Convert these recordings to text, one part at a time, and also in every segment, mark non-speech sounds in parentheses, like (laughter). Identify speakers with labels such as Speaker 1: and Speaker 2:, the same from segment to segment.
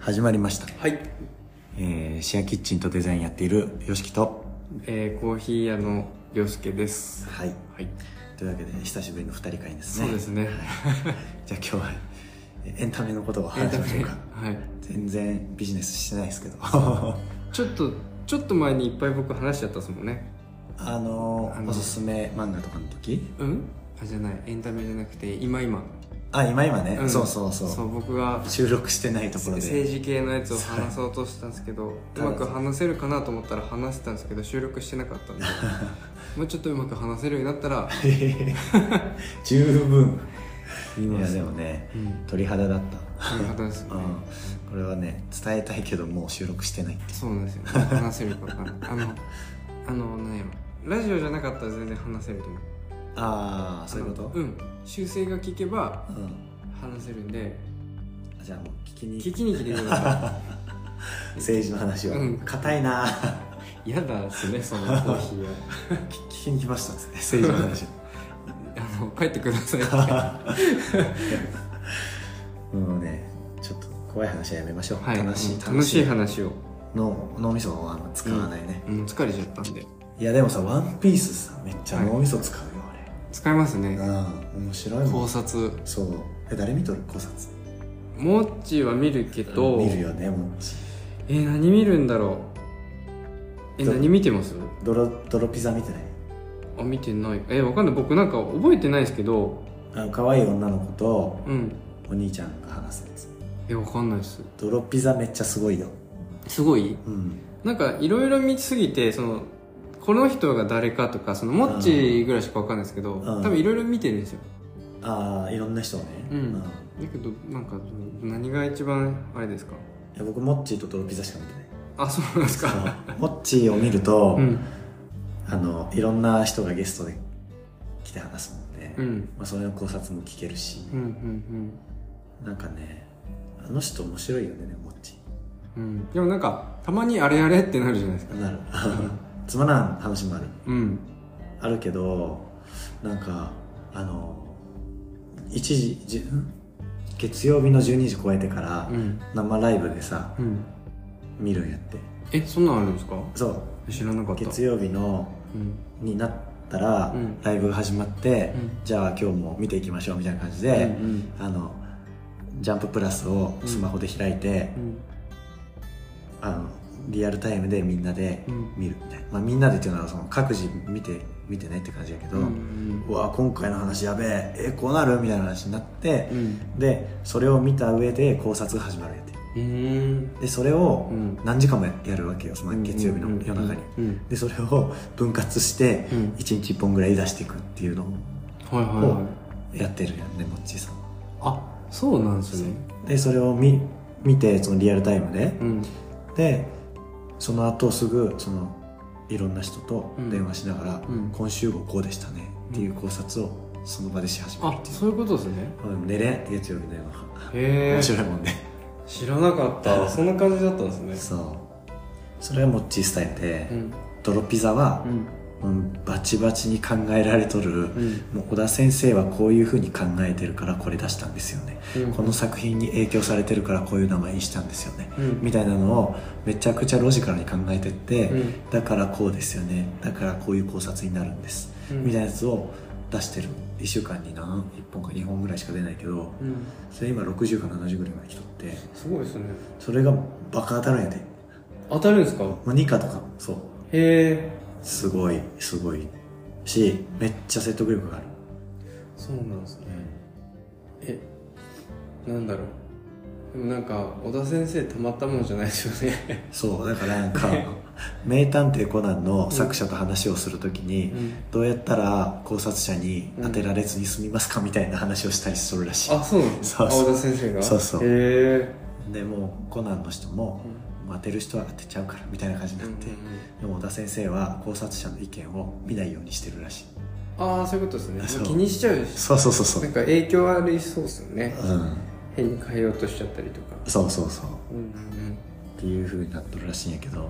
Speaker 1: 始まりました、
Speaker 2: はい、
Speaker 1: えー、シェアキッチンとデザインやっている YOSHIKI と
Speaker 2: えー、コーヒー屋の涼介です。
Speaker 1: はい
Speaker 2: はい、
Speaker 1: というわけで久しぶりの二人会ですね
Speaker 2: そうですね。
Speaker 1: (laughs) じゃあ今日はえエンタメのことを
Speaker 2: エン
Speaker 1: 話
Speaker 2: タ
Speaker 1: しまし
Speaker 2: メ
Speaker 1: ょうか
Speaker 2: (laughs) はい、
Speaker 1: 全然ビジネスしてないですけど (laughs) あ
Speaker 2: ちょっと、ちょっと前にいっぱい僕話しちゃったですもんね。
Speaker 1: の
Speaker 2: あの
Speaker 1: おすすめ漫画とかの時
Speaker 2: うん。あ、じゃない、エンタメじゃなくて、今今。
Speaker 1: あ今今ね、
Speaker 2: ん
Speaker 1: そうそうそう
Speaker 2: そう、僕が。
Speaker 1: 収録してないところで
Speaker 2: 政治系のやつを話そうと (laughs) したんですけどうまく話せるかなと思ったら話せたんですけど収録してなかったん (laughs) でもうちょっとうまく話せるようになったら、
Speaker 1: (laughs) 十分
Speaker 2: 言い
Speaker 1: い
Speaker 2: ま
Speaker 1: や
Speaker 2: す
Speaker 1: でもね
Speaker 2: うん、
Speaker 1: 鳥肌だっ
Speaker 2: そういう形ですよ
Speaker 1: た、
Speaker 2: ね
Speaker 1: うん、これはね伝えたいけどもう収録してないって
Speaker 2: そうなんですよ話せるか分からないあのあの何やろラジオじゃなかったら全然話せると思う
Speaker 1: ああそういうこと
Speaker 2: あのうん修正が聞けば
Speaker 1: うん
Speaker 2: 話せるんで
Speaker 1: じゃあもう聞きに
Speaker 2: 聞きに来てくださ
Speaker 1: (laughs) 政治の話は
Speaker 2: うん
Speaker 1: 硬いな (laughs)
Speaker 2: い (laughs) 嫌だですねそのコーヒーは
Speaker 1: 聞きに来ましたっつって政治の話
Speaker 2: (laughs) あの帰ってくだ (laughs) さいっては
Speaker 1: は (laughs) もうねちょっと怖い話はやめましょう、
Speaker 2: い
Speaker 1: 楽しい
Speaker 2: うん楽しい話を
Speaker 1: 脳脳みそをあの使わないね、
Speaker 2: うん疲れちゃったんで
Speaker 1: いやでもさ「ワンピースさめっちゃ
Speaker 2: はい
Speaker 1: 脳みそ使うよ、
Speaker 2: 使います
Speaker 1: あれ
Speaker 2: ね
Speaker 1: うん面白いも
Speaker 2: 考
Speaker 1: ん
Speaker 2: 察
Speaker 1: そうえ誰見とる考察
Speaker 2: もっちは見るけど
Speaker 1: 見るよねもっち
Speaker 2: えー何見るんだろうえ
Speaker 1: ど
Speaker 2: 何見てます
Speaker 1: 泥泥ピザ見てない
Speaker 2: あ見てないえわかんない僕なんか覚えてないですけど
Speaker 1: あの可愛い女の子と
Speaker 2: うん
Speaker 1: お兄ちゃんが話すやつ
Speaker 2: えわかんないです
Speaker 1: 泥ピザめっちゃすごいよ
Speaker 2: すごい
Speaker 1: うん
Speaker 2: なんかいろいろ見すぎてそのこの人が誰かとかそのモッチーぐらいしかわかんないですけど
Speaker 1: ん
Speaker 2: 多分いろいろ見てるんですよ
Speaker 1: ああいろんな人をね
Speaker 2: うんだけどなんか何が一番あれですか
Speaker 1: いや僕モッチーと泥ピザしか見てない
Speaker 2: あそうなんですか
Speaker 1: そうモッチーを見ると、
Speaker 2: うん
Speaker 1: あのいろんな人がゲストで来て話すもんで、
Speaker 2: うん
Speaker 1: まあ、それの考察も聞けるし
Speaker 2: うんうん
Speaker 1: なんかねあの人面白いよねでもモッチ
Speaker 2: うんうんでもなんかたまにあれあれってなるじゃないですか
Speaker 1: ーなるつまらん話もある
Speaker 2: うん
Speaker 1: あるけどなんかあの一時じん月曜日の12時超えてから
Speaker 2: うん
Speaker 1: 生ライブでさ
Speaker 2: うん
Speaker 1: 見るんやって
Speaker 2: えそんなんあるんですか
Speaker 1: そう
Speaker 2: 知らなかった
Speaker 1: 月曜日の
Speaker 2: うん
Speaker 1: になったら、
Speaker 2: うん
Speaker 1: ライブが始まって、
Speaker 2: うん
Speaker 1: じゃあ今日も見ていきましょうみたいな感じ
Speaker 2: うん
Speaker 1: で、あのジャンププラスをスマホで開いて、
Speaker 2: うん
Speaker 1: あのリアルタイムでみんなで
Speaker 2: うん
Speaker 1: 見るみたいな、まあ、みんなでっていうのはその各自見て見てねって感じやけど、
Speaker 2: う
Speaker 1: うんわ今回の話やべええこうなるみたいな話になって
Speaker 2: う、ん
Speaker 1: でそれを見た上で考察が始まるんやって
Speaker 2: うん
Speaker 1: でそれを
Speaker 2: うん
Speaker 1: 何時間もやるわけよその月曜日の夜中に、
Speaker 2: うん
Speaker 1: でそれを (laughs) 分割して
Speaker 2: うん
Speaker 1: 1日1本ぐらい出していくっていうのを
Speaker 2: はいはいはい
Speaker 1: やってるやんねもっちーさんは
Speaker 2: あそうなんですね
Speaker 1: でそれを見見てそのリアルタイムで、
Speaker 2: うん
Speaker 1: でその後すぐそのいろんな人と電話しながら「
Speaker 2: うん
Speaker 1: 今週号こうでしたね」っていう考察をその場でし始める
Speaker 2: あ
Speaker 1: っていう、
Speaker 2: そういうことですね
Speaker 1: うん寝れん月曜日の電話
Speaker 2: へ
Speaker 1: 面
Speaker 2: え
Speaker 1: 白いもんね
Speaker 2: 知らなかったそんな感じだったんですね
Speaker 1: そうそれはもっちースタイルで、
Speaker 2: うん
Speaker 1: 泥ピザは
Speaker 2: う、ん
Speaker 1: うん、バチバチに考えられとる、
Speaker 2: うん
Speaker 1: もう小田先生はこういうふうに考えてるからこれ出したんですよね、
Speaker 2: うん
Speaker 1: この作品に影響されてるからこういう名前にしたんですよね、
Speaker 2: うん
Speaker 1: みたいなのをめちゃくちゃロジカルに考えてって、
Speaker 2: うん
Speaker 1: だからこうですよねだからこういう考察になるんです、
Speaker 2: うん
Speaker 1: みたいなやつを出してる1週間に何1本か2本ぐらいしか出ないけど
Speaker 2: うん
Speaker 1: それ今60か70ぐらいまで来とって
Speaker 2: すごいですね
Speaker 1: それがバカ当たるんやで
Speaker 2: 当たるんですか
Speaker 1: まあ2課とかもそう
Speaker 2: へえ
Speaker 1: すごいすごいしめっちゃ説得力がある、
Speaker 2: そうなんですねえなんだろうでもなんか小田先生たまったもんじゃないですよね
Speaker 1: そうだからなんか名探偵コナンの作者と話をするときに、
Speaker 2: うん
Speaker 1: どうやったら考察者に当てられずに済みますかみたいな話をしたりするらしい、
Speaker 2: あそうなんです
Speaker 1: そう
Speaker 2: か
Speaker 1: そう
Speaker 2: 小田先生が
Speaker 1: そうそう
Speaker 2: へえ
Speaker 1: でもうコナンの人も、当てる人は当てちゃうからみたいな感じになって、でも小田先生は考察者の意見を見ないようにしてるらしい
Speaker 2: ああそういうことです
Speaker 1: そ
Speaker 2: ね
Speaker 1: う
Speaker 2: 気にしちゃうし
Speaker 1: そうそうそうそう
Speaker 2: なんか影響ありそうですよね
Speaker 1: うん
Speaker 2: 変に変えようとしちゃったりとか
Speaker 1: そうそうそう
Speaker 2: うんうん
Speaker 1: っていう風になっとるらしいんやけど、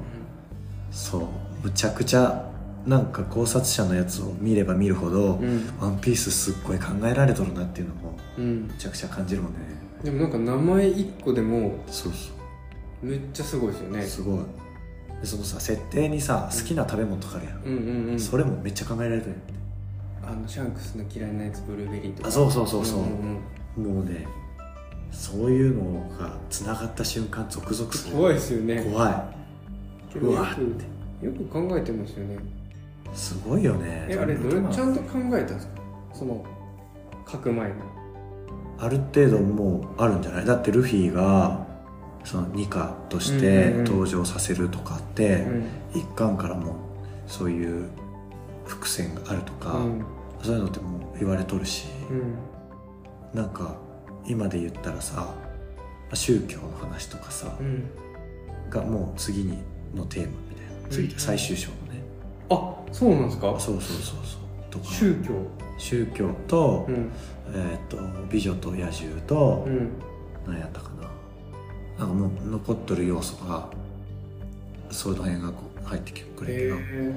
Speaker 1: そうむちゃくちゃなんか考察者のやつを見れば見るほど、
Speaker 2: うん
Speaker 1: ワンピースすっごい考えられとるなっていうのも
Speaker 2: うん
Speaker 1: むちゃくちゃ感じるもんね
Speaker 2: でもなんか名前一個でも
Speaker 1: そうそう
Speaker 2: めっちゃすごいですよね
Speaker 1: すごいでそのさ設定にさ好きな食べ物とかあるやん、
Speaker 2: うんうんうん
Speaker 1: それもめっちゃ考えられてる
Speaker 2: あのシャンクスの嫌いなやつブルーベリーとか
Speaker 1: あそうそうそうそうん
Speaker 2: んん
Speaker 1: もうねそういうのがつながった瞬間続々する
Speaker 2: 怖いですよね
Speaker 1: 怖い
Speaker 2: 結構
Speaker 1: うわっ
Speaker 2: よく考えてますよね
Speaker 1: すごいよね
Speaker 2: えあれどれ
Speaker 1: なんか
Speaker 2: ちゃんと考えたんですかその書く前に
Speaker 1: ある程度もうあるんじゃないだってルフィがその二課として
Speaker 2: うんうんうん
Speaker 1: 登場させるとかっ
Speaker 2: う
Speaker 1: て
Speaker 2: ん
Speaker 1: 一巻からもうそういう伏線があるとか、
Speaker 2: うん
Speaker 1: そういうのってもう言われとるし、
Speaker 2: うん
Speaker 1: なんか今で言ったらさ宗教の話とかさ、
Speaker 2: うん
Speaker 1: がもう次にのテーマみたいな次最終章のね、
Speaker 2: あそうなんですか
Speaker 1: あそうそうそうそうとか
Speaker 2: 宗教
Speaker 1: 宗教と,、
Speaker 2: うん
Speaker 1: えー、と「美女と野獣と」
Speaker 2: うん
Speaker 1: 何やったかななんかもう残っとる要素がその辺がこう入ってきてくれるけど、ま
Speaker 2: え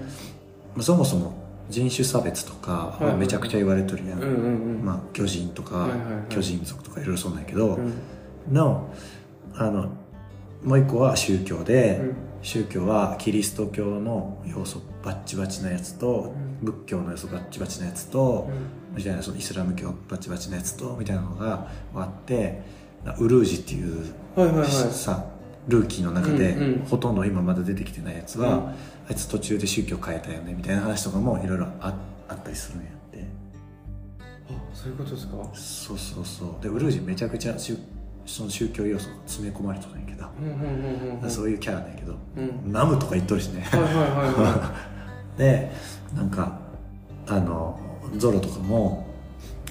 Speaker 1: あ、そもそも人種差別とか、
Speaker 2: いはいはい
Speaker 1: めちゃくちゃ言われとるやん、
Speaker 2: うんうんうん
Speaker 1: まあ、巨人とか、
Speaker 2: はいはいはい
Speaker 1: 巨人族とかいろいろそうなんやけど、
Speaker 2: うん
Speaker 1: のあのもう一個は宗教で、
Speaker 2: うん
Speaker 1: 宗教はキリスト教の要素バッチバチなやつと、
Speaker 2: うん
Speaker 1: 仏教の要素バッチバチなやつと
Speaker 2: う、ん
Speaker 1: みたいなそのイスラム教バッチバチなやつとみたいなのがあってなウルージっていう、
Speaker 2: はいはいはい
Speaker 1: さルーキーの中で、
Speaker 2: うんうん
Speaker 1: ほとんど今まだ出てきてないやつは、
Speaker 2: うん
Speaker 1: あいつ途中で宗教変えたよねみたいな話とかもいろいろああったりするんやって
Speaker 2: あそういうことですか
Speaker 1: そうそうそうでウルージめちゃくちゃ宗その宗教要素が詰め込まれてるんやけど、
Speaker 2: うんうんうんうんうん
Speaker 1: そういうキャラなんやけど、
Speaker 2: うん
Speaker 1: ナムとか言っとるしね (laughs)
Speaker 2: はいはいはいはい
Speaker 1: でなんかあのゾロとかも、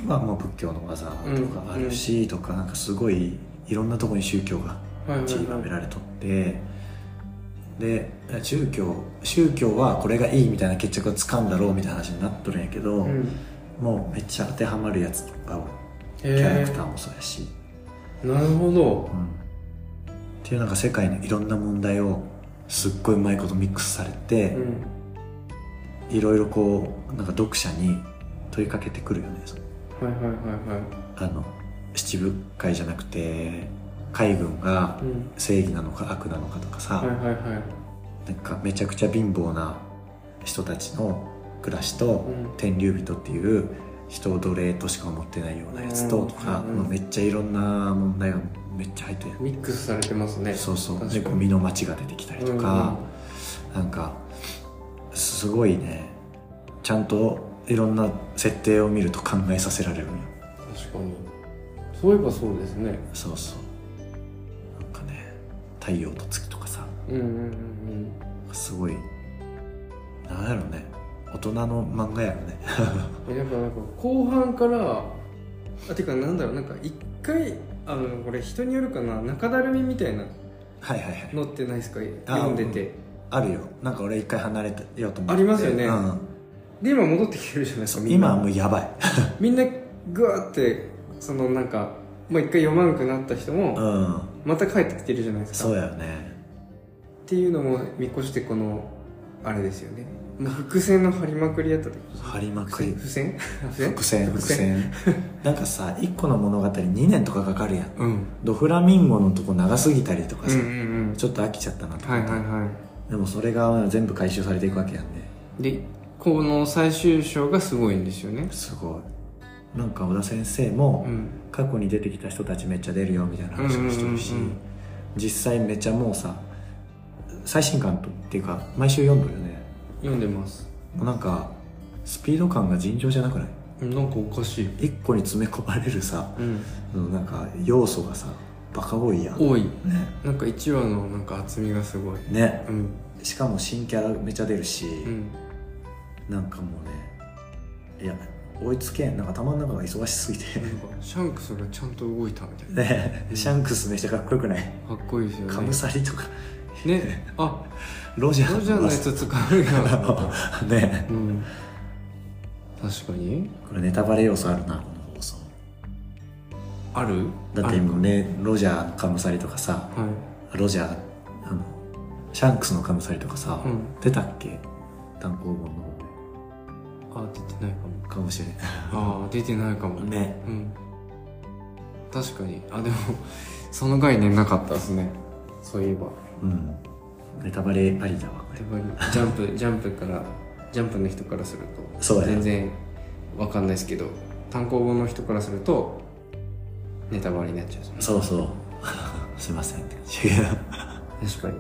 Speaker 1: まあ、もう仏教の技とかあるし、とかなんかすごいいろんなとこに宗教が
Speaker 2: はいはいはい
Speaker 1: 散りばめられとって、で宗教宗教はこれがいいみたいな決着をつかんだろうみたいな話になっとるんやけど、
Speaker 2: うん
Speaker 1: もうめっちゃ当てはまるやつとかをキ
Speaker 2: へ
Speaker 1: ャ
Speaker 2: え
Speaker 1: ラクターもそうやし、
Speaker 2: なるほど
Speaker 1: うん、っていうなんか世界のいろんな問題をすっごいうまいことミックスされて。
Speaker 2: うん
Speaker 1: いろいろこうなんか読者に問いかけてくるよねその
Speaker 2: はいはいは
Speaker 1: あの七部会じゃなくて海軍が
Speaker 2: いはいうん
Speaker 1: 正義なのか悪なのかとかさ、
Speaker 2: はいはいはい
Speaker 1: なんかめちゃくちゃ貧乏な人たちの暮らしと、
Speaker 2: ん
Speaker 1: 天竜人っていう人を奴隷としか思ってないようなやつととか、
Speaker 2: うんうんうん
Speaker 1: まあめっちゃいろんな問題がめっちゃ入ってるやん
Speaker 2: ミックスされてますね
Speaker 1: そうそうで
Speaker 2: 確か
Speaker 1: ゴ
Speaker 2: に
Speaker 1: ミの街が出てきたりとか、なんかすごいねちゃんといろんな設定を見ると考えさせられるんよ
Speaker 2: 確かにそういえばそうですね
Speaker 1: そうそうなんかね太陽と月とかさ
Speaker 2: うんうんうん
Speaker 1: すごいなんやろね大人の漫画やろね (laughs)
Speaker 2: うんえやっぱなんか後半からあてかなんだろうなんか一回あのこれ人によるかな中だるみみたいな
Speaker 1: はいはいはい
Speaker 2: のってないですか
Speaker 1: あ
Speaker 2: 読んでて
Speaker 1: あるよなんか俺一回離れてようと思って
Speaker 2: ありますよね
Speaker 1: うん
Speaker 2: で今戻ってきてるじゃないです
Speaker 1: そ
Speaker 2: か
Speaker 1: う
Speaker 2: みんな
Speaker 1: 今はもうやばい
Speaker 2: みんなグワーってそのなんかもう一回読まなくなった人
Speaker 1: う
Speaker 2: も
Speaker 1: ん
Speaker 2: また帰ってきてるじゃないですか
Speaker 1: そうやよね
Speaker 2: っていうのも見越してこのあれですよねもう伏線の張りまくりやった時
Speaker 1: 張りまく
Speaker 2: 伏線
Speaker 1: り
Speaker 2: 伏線
Speaker 1: 伏線伏線なんかさ一個の物語2年とかかかるやん
Speaker 2: うん
Speaker 1: ドフラミンゴのとこ長すぎたりとか
Speaker 2: うんう
Speaker 1: さ、
Speaker 2: んうん
Speaker 1: ちょっと飽きちゃったなとか、
Speaker 2: はいはいは
Speaker 1: でもそれが全部回収されていくわけやんね
Speaker 2: いでこの最終章がすごいんですよね
Speaker 1: すごいなんか小田先生
Speaker 2: う
Speaker 1: も
Speaker 2: ん
Speaker 1: 過去に出てきた人たちめっちゃ出るよみたいな話もしてるし、
Speaker 2: うんうんうんうん
Speaker 1: 実際めっちゃもうさ最新刊とっていうか毎週読んどるよね
Speaker 2: 読んでます
Speaker 1: もうなんかスピード感が尋常じゃなくない
Speaker 2: なんかおかしい
Speaker 1: 一個に詰め込まれるさ
Speaker 2: うん
Speaker 1: そのなんか要素がさバカ多いやんね
Speaker 2: 多いなんか1話のなんか厚みがすごい
Speaker 1: ね
Speaker 2: うん
Speaker 1: しかも新キャラめっちゃ出るし、
Speaker 2: うん
Speaker 1: なんかもうねいや追いつけんなんか頭の中が忙しすぎて
Speaker 2: なんかシャンクスがちゃんと動いたみたいな
Speaker 1: (laughs) ねシャンクスめっちゃかっこよくない
Speaker 2: かっこいいですよね
Speaker 1: カムサリとか
Speaker 2: ねあ
Speaker 1: ロジャ
Speaker 2: ロジャ
Speaker 1: ー
Speaker 2: ーのやつ使
Speaker 1: (laughs)
Speaker 2: うよ、
Speaker 1: のね
Speaker 2: うん、確かに
Speaker 1: これネタバレ要素あるなこの放送
Speaker 2: ある
Speaker 1: だって今ねロジャーのカムサリとかさ
Speaker 2: ある
Speaker 1: ロジャーあのシャンクスのカムサリとかさ、
Speaker 2: うん
Speaker 1: 出たっけ単行本の方で
Speaker 2: はいあ出てないかも
Speaker 1: かもしれ
Speaker 2: あー出てないかも、
Speaker 1: ないね
Speaker 2: うん確かにあでもその概念なかったですねそういえば
Speaker 1: うんネタバレありだわこ
Speaker 2: でもジャンプジ (laughs) ャンプからジャンプの人からする
Speaker 1: そう
Speaker 2: と
Speaker 1: や
Speaker 2: 全然わかんないですけど単行本の人からするとネタバレになっちゃう
Speaker 1: れそうそう (laughs) すいませんって
Speaker 2: 確かに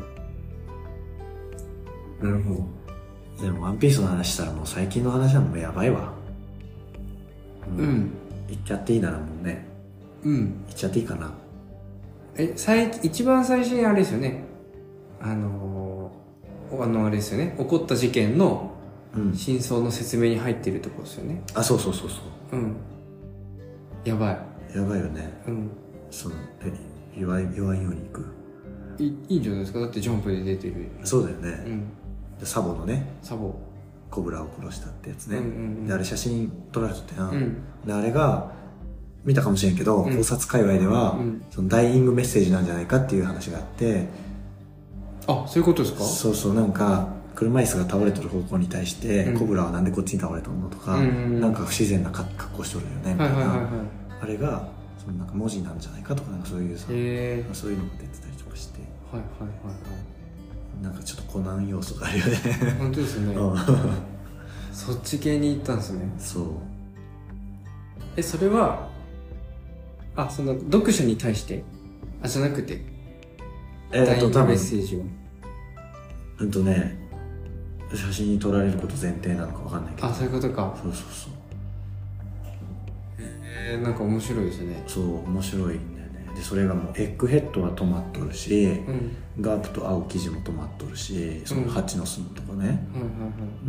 Speaker 2: なるほど
Speaker 1: でも「ワンピースの話したらもう最近の話はもうやばいわ
Speaker 2: うん
Speaker 1: 言っちゃっていいならもうね
Speaker 2: うん
Speaker 1: 言っちゃっていいかな
Speaker 2: え最一番最初にあれですよねあのーあのあれですよね起こった事件の
Speaker 1: うん
Speaker 2: 真相の説明に入ってるとこですよね
Speaker 1: あそうそうそうそ
Speaker 2: うんやばいう
Speaker 1: やばいよね
Speaker 2: うん
Speaker 1: そのえ言わ言わんようにいく
Speaker 2: いいいんじゃないですかだってジャンプで出てる
Speaker 1: そうだよ
Speaker 2: う
Speaker 1: ね、
Speaker 2: ん
Speaker 1: でサボのね
Speaker 2: サボ
Speaker 1: コブラを殺したってやつね、
Speaker 2: うんうんうん
Speaker 1: であれ写真撮られとったやん、
Speaker 2: うん
Speaker 1: であれが見たかもしれんけど、
Speaker 2: うん
Speaker 1: 考察界隈では、
Speaker 2: うん
Speaker 1: そのダイイングメッセージなんじゃないかっていう話があって
Speaker 2: あそういうことですか
Speaker 1: そうそうなんか車椅子が倒れてる方向に対して、
Speaker 2: うん
Speaker 1: コブラはなんでこっちに倒れたのとか、
Speaker 2: うんうんうん
Speaker 1: なんか不自然な格格好しとるよねみた
Speaker 2: はいい
Speaker 1: な、
Speaker 2: はいはいはい
Speaker 1: あれがそのなんか文字なんじゃないかとかなんかそういうさ、
Speaker 2: へえ
Speaker 1: なんかそういうのが出てたりとかして
Speaker 2: はいはいはい
Speaker 1: なんかちょっとコナン要素があるよ
Speaker 2: はい
Speaker 1: ね
Speaker 2: 本当ですね
Speaker 1: うん
Speaker 2: そっち系に行ったんですね
Speaker 1: (laughs) そう
Speaker 2: えそれはあその読者に対してあじゃなくて
Speaker 1: えー、っと
Speaker 2: ダ
Speaker 1: 多分
Speaker 2: イイングメッセージを
Speaker 1: うんとね写真に撮られること前提なのかわかんないけど
Speaker 2: あそういうことか
Speaker 1: そうそうそう
Speaker 2: えー、なんか面白いですね
Speaker 1: そう面白いんだよねでそれがもうエッグヘッドは止まっとるし
Speaker 2: うんはい
Speaker 1: ガープと青生地も止まっとるしその蜂の巣のとこね、
Speaker 2: は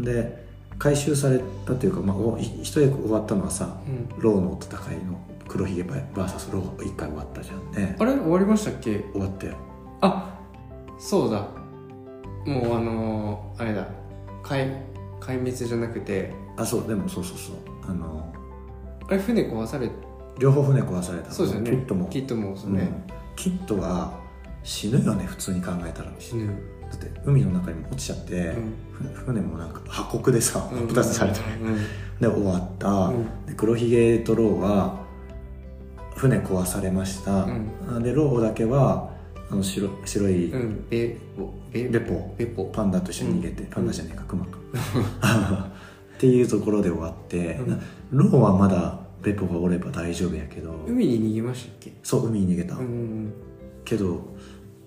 Speaker 2: い
Speaker 1: で回収されたというか、まあ、おい一役終わったのはさ
Speaker 2: はいうん
Speaker 1: ローの戦いの黒ひげ VS ローが一回終わったじゃんね
Speaker 2: あれ終わりましたっけ
Speaker 1: 終わったよ
Speaker 2: あそうだもうあのー、あれだ壊壊滅じゃなくて
Speaker 1: あそうでもそうそうそうあの
Speaker 2: あれ船壊され
Speaker 1: 両方船壊されたの
Speaker 2: そうですよね
Speaker 1: キットも
Speaker 2: キットもです
Speaker 1: う
Speaker 2: ね、
Speaker 1: んキットは死ぬよね普通に考えたらだ
Speaker 2: 死ぬ、
Speaker 1: って海の中にも落ちちゃって、
Speaker 2: うん
Speaker 1: ふ船もなんか破国でさ
Speaker 2: うん
Speaker 1: 二つされた
Speaker 2: うん
Speaker 1: で終わった、
Speaker 2: うん
Speaker 1: で黒ひげとローは船壊されました、
Speaker 2: う
Speaker 1: でローだけはあの白白い
Speaker 2: うんべぼべ
Speaker 1: レポ
Speaker 2: べぽ
Speaker 1: パンダと一緒に逃げて、パンダじゃねえかクマかっていうところで終わって、
Speaker 2: うん
Speaker 1: なローはまだベポがおれば大丈夫やけど、
Speaker 2: 海に逃げましたっけ
Speaker 1: そう海に逃げた、
Speaker 2: うんうん
Speaker 1: けど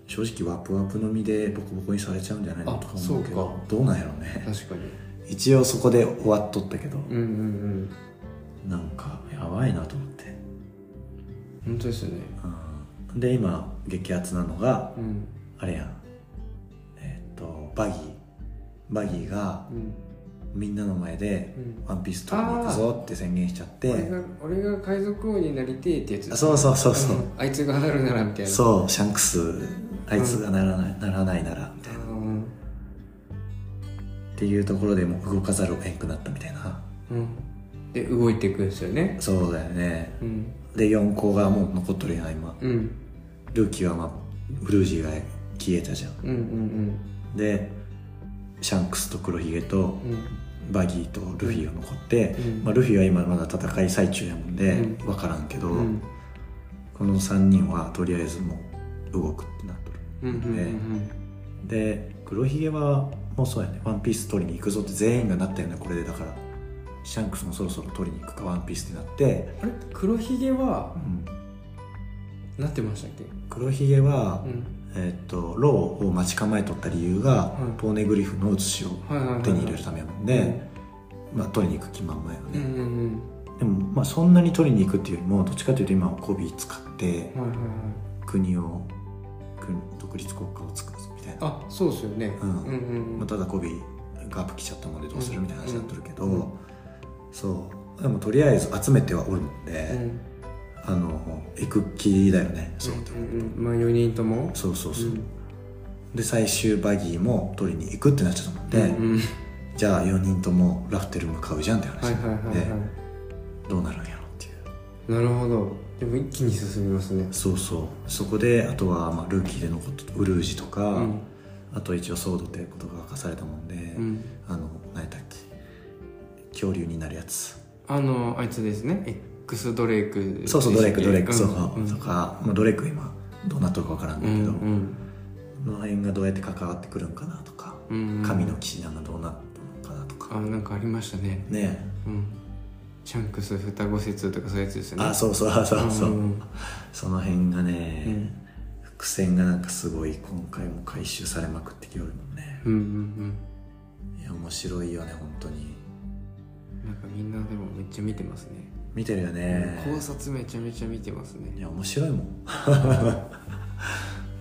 Speaker 1: 正直ワプワプの実でボコボコにされちゃうんじゃないの
Speaker 2: あ
Speaker 1: とか思うけ
Speaker 2: そう
Speaker 1: ど
Speaker 2: か
Speaker 1: どうなんやろう
Speaker 2: うん
Speaker 1: ね
Speaker 2: 確かに
Speaker 1: 一応そこで終わっとったけど、
Speaker 2: うんうんうん
Speaker 1: なんかやばいなと思って、
Speaker 2: 本当ですよね
Speaker 1: うん、で今激アツなのが
Speaker 2: うん
Speaker 1: あれやんえーっとバギーバギーが
Speaker 2: うん
Speaker 1: みんなの前で
Speaker 2: うん
Speaker 1: 「ワンピース取りに行くぞって宣言しちゃって
Speaker 2: 俺が俺が海賊王になりてえってやつ
Speaker 1: あそうそうそうそう、
Speaker 2: んあいつがなるならみたいなう
Speaker 1: そうシャンクスあいつがならない,、ならないならみたいな
Speaker 2: うん
Speaker 1: っていうところでもう動かざるを得んくなったみたいな
Speaker 2: うんで動いていくんですよね
Speaker 1: そうだよね
Speaker 2: うん
Speaker 1: で4校がもう残っとるやん今
Speaker 2: うん
Speaker 1: ルーキーはまあブルージーが消えたじゃん
Speaker 2: うんうん
Speaker 1: でシャンクスと黒ひげと
Speaker 2: うんうん
Speaker 1: バギーとルフィが残って、
Speaker 2: うん
Speaker 1: まあ、ルフィは今まだ戦い最中やもんで、
Speaker 2: うん
Speaker 1: 分からんけど、
Speaker 2: うん
Speaker 1: この3人はとりあえずもう動くってなっとる
Speaker 2: うんうんうん
Speaker 1: で黒ひげはもうそうやねワンピース取りに行くぞって全員がなったよねこれでだからシャンクスもそろそろ取りに行くかワンピースってなって、
Speaker 2: あれ黒ひげは
Speaker 1: うん
Speaker 2: なってましたっけ
Speaker 1: 黒ひげは、
Speaker 2: うん
Speaker 1: えーっとローを待ち構えとった理由が、
Speaker 2: うん
Speaker 1: ポーネグリフの写しを
Speaker 2: はいはいはいはい
Speaker 1: 手に入れるためやもんで、まあ、取りに行く気満々やよ
Speaker 2: うんう
Speaker 1: ね、
Speaker 2: んうん
Speaker 1: でも、まあ、そんなに取りに行くっていうよりもどっちかというと今はコビー使って
Speaker 2: はいはいはい
Speaker 1: 国を国独立国家を作るぞみたいな、
Speaker 2: あそうですよね
Speaker 1: うん
Speaker 2: うんうんう
Speaker 1: まあ、
Speaker 2: ん
Speaker 1: ただコビーガープ来ちゃったもんでどうするみたいな話になってるけど、
Speaker 2: うん
Speaker 1: そうでもとりあえず集めてはおるもんで、
Speaker 2: うん
Speaker 1: あの行く気だよねそう,、
Speaker 2: うんうんまあ4人とも
Speaker 1: そうそうそう、
Speaker 2: うん
Speaker 1: で最終バギーも取りに行くってなっちゃったもんで、
Speaker 2: うんうん
Speaker 1: じゃあ4人ともラフテル向かうじゃんって
Speaker 2: は
Speaker 1: 話
Speaker 2: い
Speaker 1: に
Speaker 2: はい
Speaker 1: なって、
Speaker 2: はいは
Speaker 1: どうなるんやろっていう
Speaker 2: いなるほどでも一気に進みますね
Speaker 1: そうそうそこであとはまあルーキーで残ったウルージとか、
Speaker 2: うん
Speaker 1: あと一応ソードってことが明かされたもんで、
Speaker 2: うん
Speaker 1: あの何やったっけ恐竜になるやつ
Speaker 2: あのあいつですね X ドレイク
Speaker 1: そうそうドレイクドレイク、
Speaker 2: ん
Speaker 1: そうそう
Speaker 2: うん
Speaker 1: とか、まあ、ドレイク今どうなっとるか分からん
Speaker 2: う
Speaker 1: ねん
Speaker 2: ん
Speaker 1: けど、
Speaker 2: うん
Speaker 1: の辺がどうやって関わってくるんかなとか
Speaker 2: うん
Speaker 1: 神の騎士団がどうなったのかなと
Speaker 2: あ
Speaker 1: か、
Speaker 2: なんかありましたね
Speaker 1: ね
Speaker 2: うんチャンクス双子説とかそういうやつですよね
Speaker 1: あそうそうそうそう、
Speaker 2: ん
Speaker 1: その辺がね、
Speaker 2: うん
Speaker 1: 伏線がなんかすごい今回も回収されまくってきよるもんね
Speaker 2: うんうん
Speaker 1: いや面白いよね本当に
Speaker 2: うんなんかみんなでもめっちゃ見てますね、
Speaker 1: 見てるよね
Speaker 2: 考察めちゃめちゃ見てますね
Speaker 1: いや面白いもん (laughs)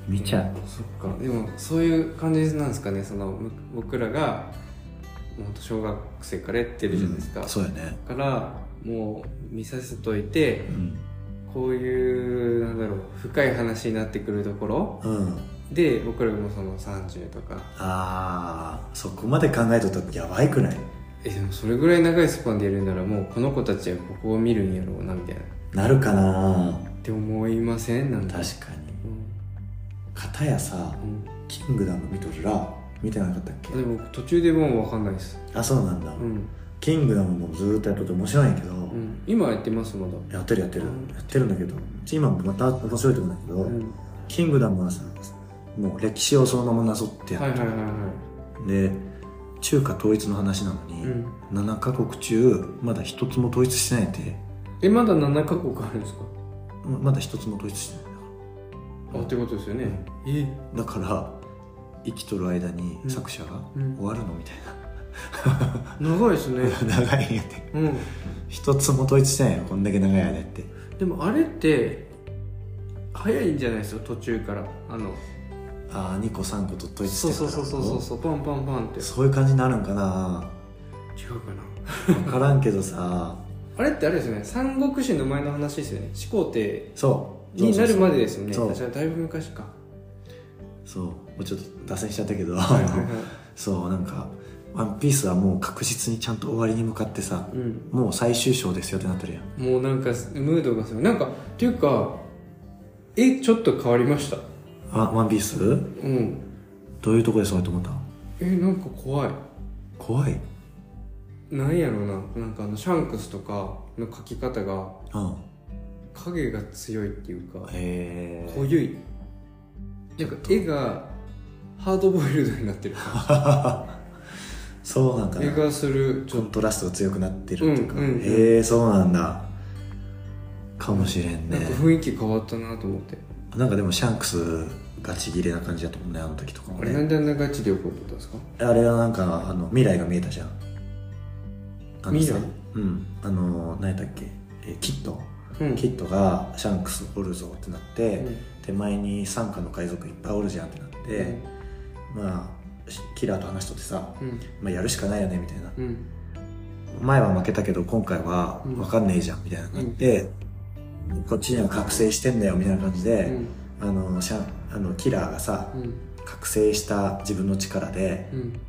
Speaker 1: 見ちゃう
Speaker 2: そっかでもそういう感じなんですかねそのむ僕らがもうほんと小学生からやってるじゃないですか、
Speaker 1: うんそうよね
Speaker 2: だからもう見させといて
Speaker 1: うん、
Speaker 2: こういうなんだろう深い話になってくるところ
Speaker 1: うん、
Speaker 2: で僕らもその30とか
Speaker 1: あーそこまで考えとったらやばいくない
Speaker 2: えでもそれぐらい長いスパンでやるならもうこの子たちはここを見るんやろうなみたいなっ
Speaker 1: なるかな
Speaker 2: て思いませんなん
Speaker 1: 確
Speaker 2: か
Speaker 1: かに
Speaker 2: うん
Speaker 1: 片やさ
Speaker 2: うん
Speaker 1: 「キングダム」見とるら見てなかったっけ
Speaker 2: でも途中でもう分かんないです、
Speaker 1: あそうなんだ、
Speaker 2: うん
Speaker 1: キングダムもずーっとやっとって面白いんやけど、
Speaker 2: うん、今やってますまだ
Speaker 1: やってるやってる
Speaker 2: うん
Speaker 1: やってるんだけど今もまた面白いとこだけど、
Speaker 2: うん
Speaker 1: キングダムはさもう歴史をそのままなぞってや
Speaker 2: はい
Speaker 1: っ
Speaker 2: はい
Speaker 1: て
Speaker 2: は
Speaker 1: る、
Speaker 2: いは
Speaker 1: で中華統一の話なのに、
Speaker 2: い、うん、
Speaker 1: 7カ国中まだ一つも統一してないって
Speaker 2: えまだ7カ国あるんですか
Speaker 1: ままだ一つも統一してない
Speaker 2: あってことですよねえ
Speaker 1: だから生きとる間に
Speaker 2: うん
Speaker 1: 作者が
Speaker 2: うん
Speaker 1: 終わるのみたい
Speaker 2: 長いですね
Speaker 1: な、 (laughs) 長いんやって
Speaker 2: うん
Speaker 1: 一つも統一してないよこんだけ長い間やって
Speaker 2: でもあれって早いんじゃないですか途中からあの
Speaker 1: ああ2個3個と統一して
Speaker 2: そう
Speaker 1: るか
Speaker 2: そう
Speaker 1: ら
Speaker 2: そうそうそうそうパンパンパンって
Speaker 1: そういう感じになるんかな
Speaker 2: 違うかな
Speaker 1: 分からんけどさ
Speaker 2: あれってあれですよね三国志の前の話ですよね始皇帝
Speaker 1: そう
Speaker 2: になるまでですよね
Speaker 1: そう
Speaker 2: 確かにだいぶ昔か
Speaker 1: そうもうちょっと脱線しちゃったけど
Speaker 2: はいはいは
Speaker 1: (laughs) そうなんか「ワンピースはもう確実にちゃんと終わりに向かってさ
Speaker 2: い、うん、
Speaker 1: もう最終章ですよってなってるやん
Speaker 2: もうなんかムードがすごいなんかっていうかえちょっと変わりました
Speaker 1: ワワンピース
Speaker 2: うん
Speaker 1: どういうとこでそうやと思った
Speaker 2: えなんか怖い
Speaker 1: 怖い
Speaker 2: なんやろうななんかあのシャンクスとかの描き方が
Speaker 1: うん
Speaker 2: 影が強いっていうか
Speaker 1: へ
Speaker 2: 濃ゆいなんか絵がハードボイルドになってる
Speaker 1: えそうなんか
Speaker 2: 絵
Speaker 1: な
Speaker 2: がするち
Speaker 1: コ
Speaker 2: ょっ
Speaker 1: ントラストが強くなってるっていうか、
Speaker 2: うんうんうん
Speaker 1: へえそうなんだかもしれん
Speaker 2: とな
Speaker 1: ね
Speaker 2: んか雰囲気変わったなと思って、
Speaker 1: なんかでもシャンクスガチギレな感じだったもんねあの時とかも
Speaker 2: あれなん
Speaker 1: ね
Speaker 2: であんなガチで怒ってたんですか
Speaker 1: あれはなんかあの未来が見えたじゃんあのさ
Speaker 2: 未来
Speaker 1: うんあの何やったっけ、えキット
Speaker 2: うん
Speaker 1: キットがシャンクスおるぞってなって、
Speaker 2: うん
Speaker 1: 手前に傘下の海賊いっぱいおるじゃんってなって、まあしキラーと話しとってさ、
Speaker 2: うん
Speaker 1: まあ、やるしかないよねみたいな
Speaker 2: うん
Speaker 1: 前は負けたけど今回は
Speaker 2: うん
Speaker 1: 分かんねえじゃんみたいな感じで、こっちには覚醒してんだよみたいな感じ
Speaker 2: う
Speaker 1: で、
Speaker 2: ん
Speaker 1: あのシャンあのキラーがさ
Speaker 2: うん
Speaker 1: 覚醒した自分の力で
Speaker 2: うん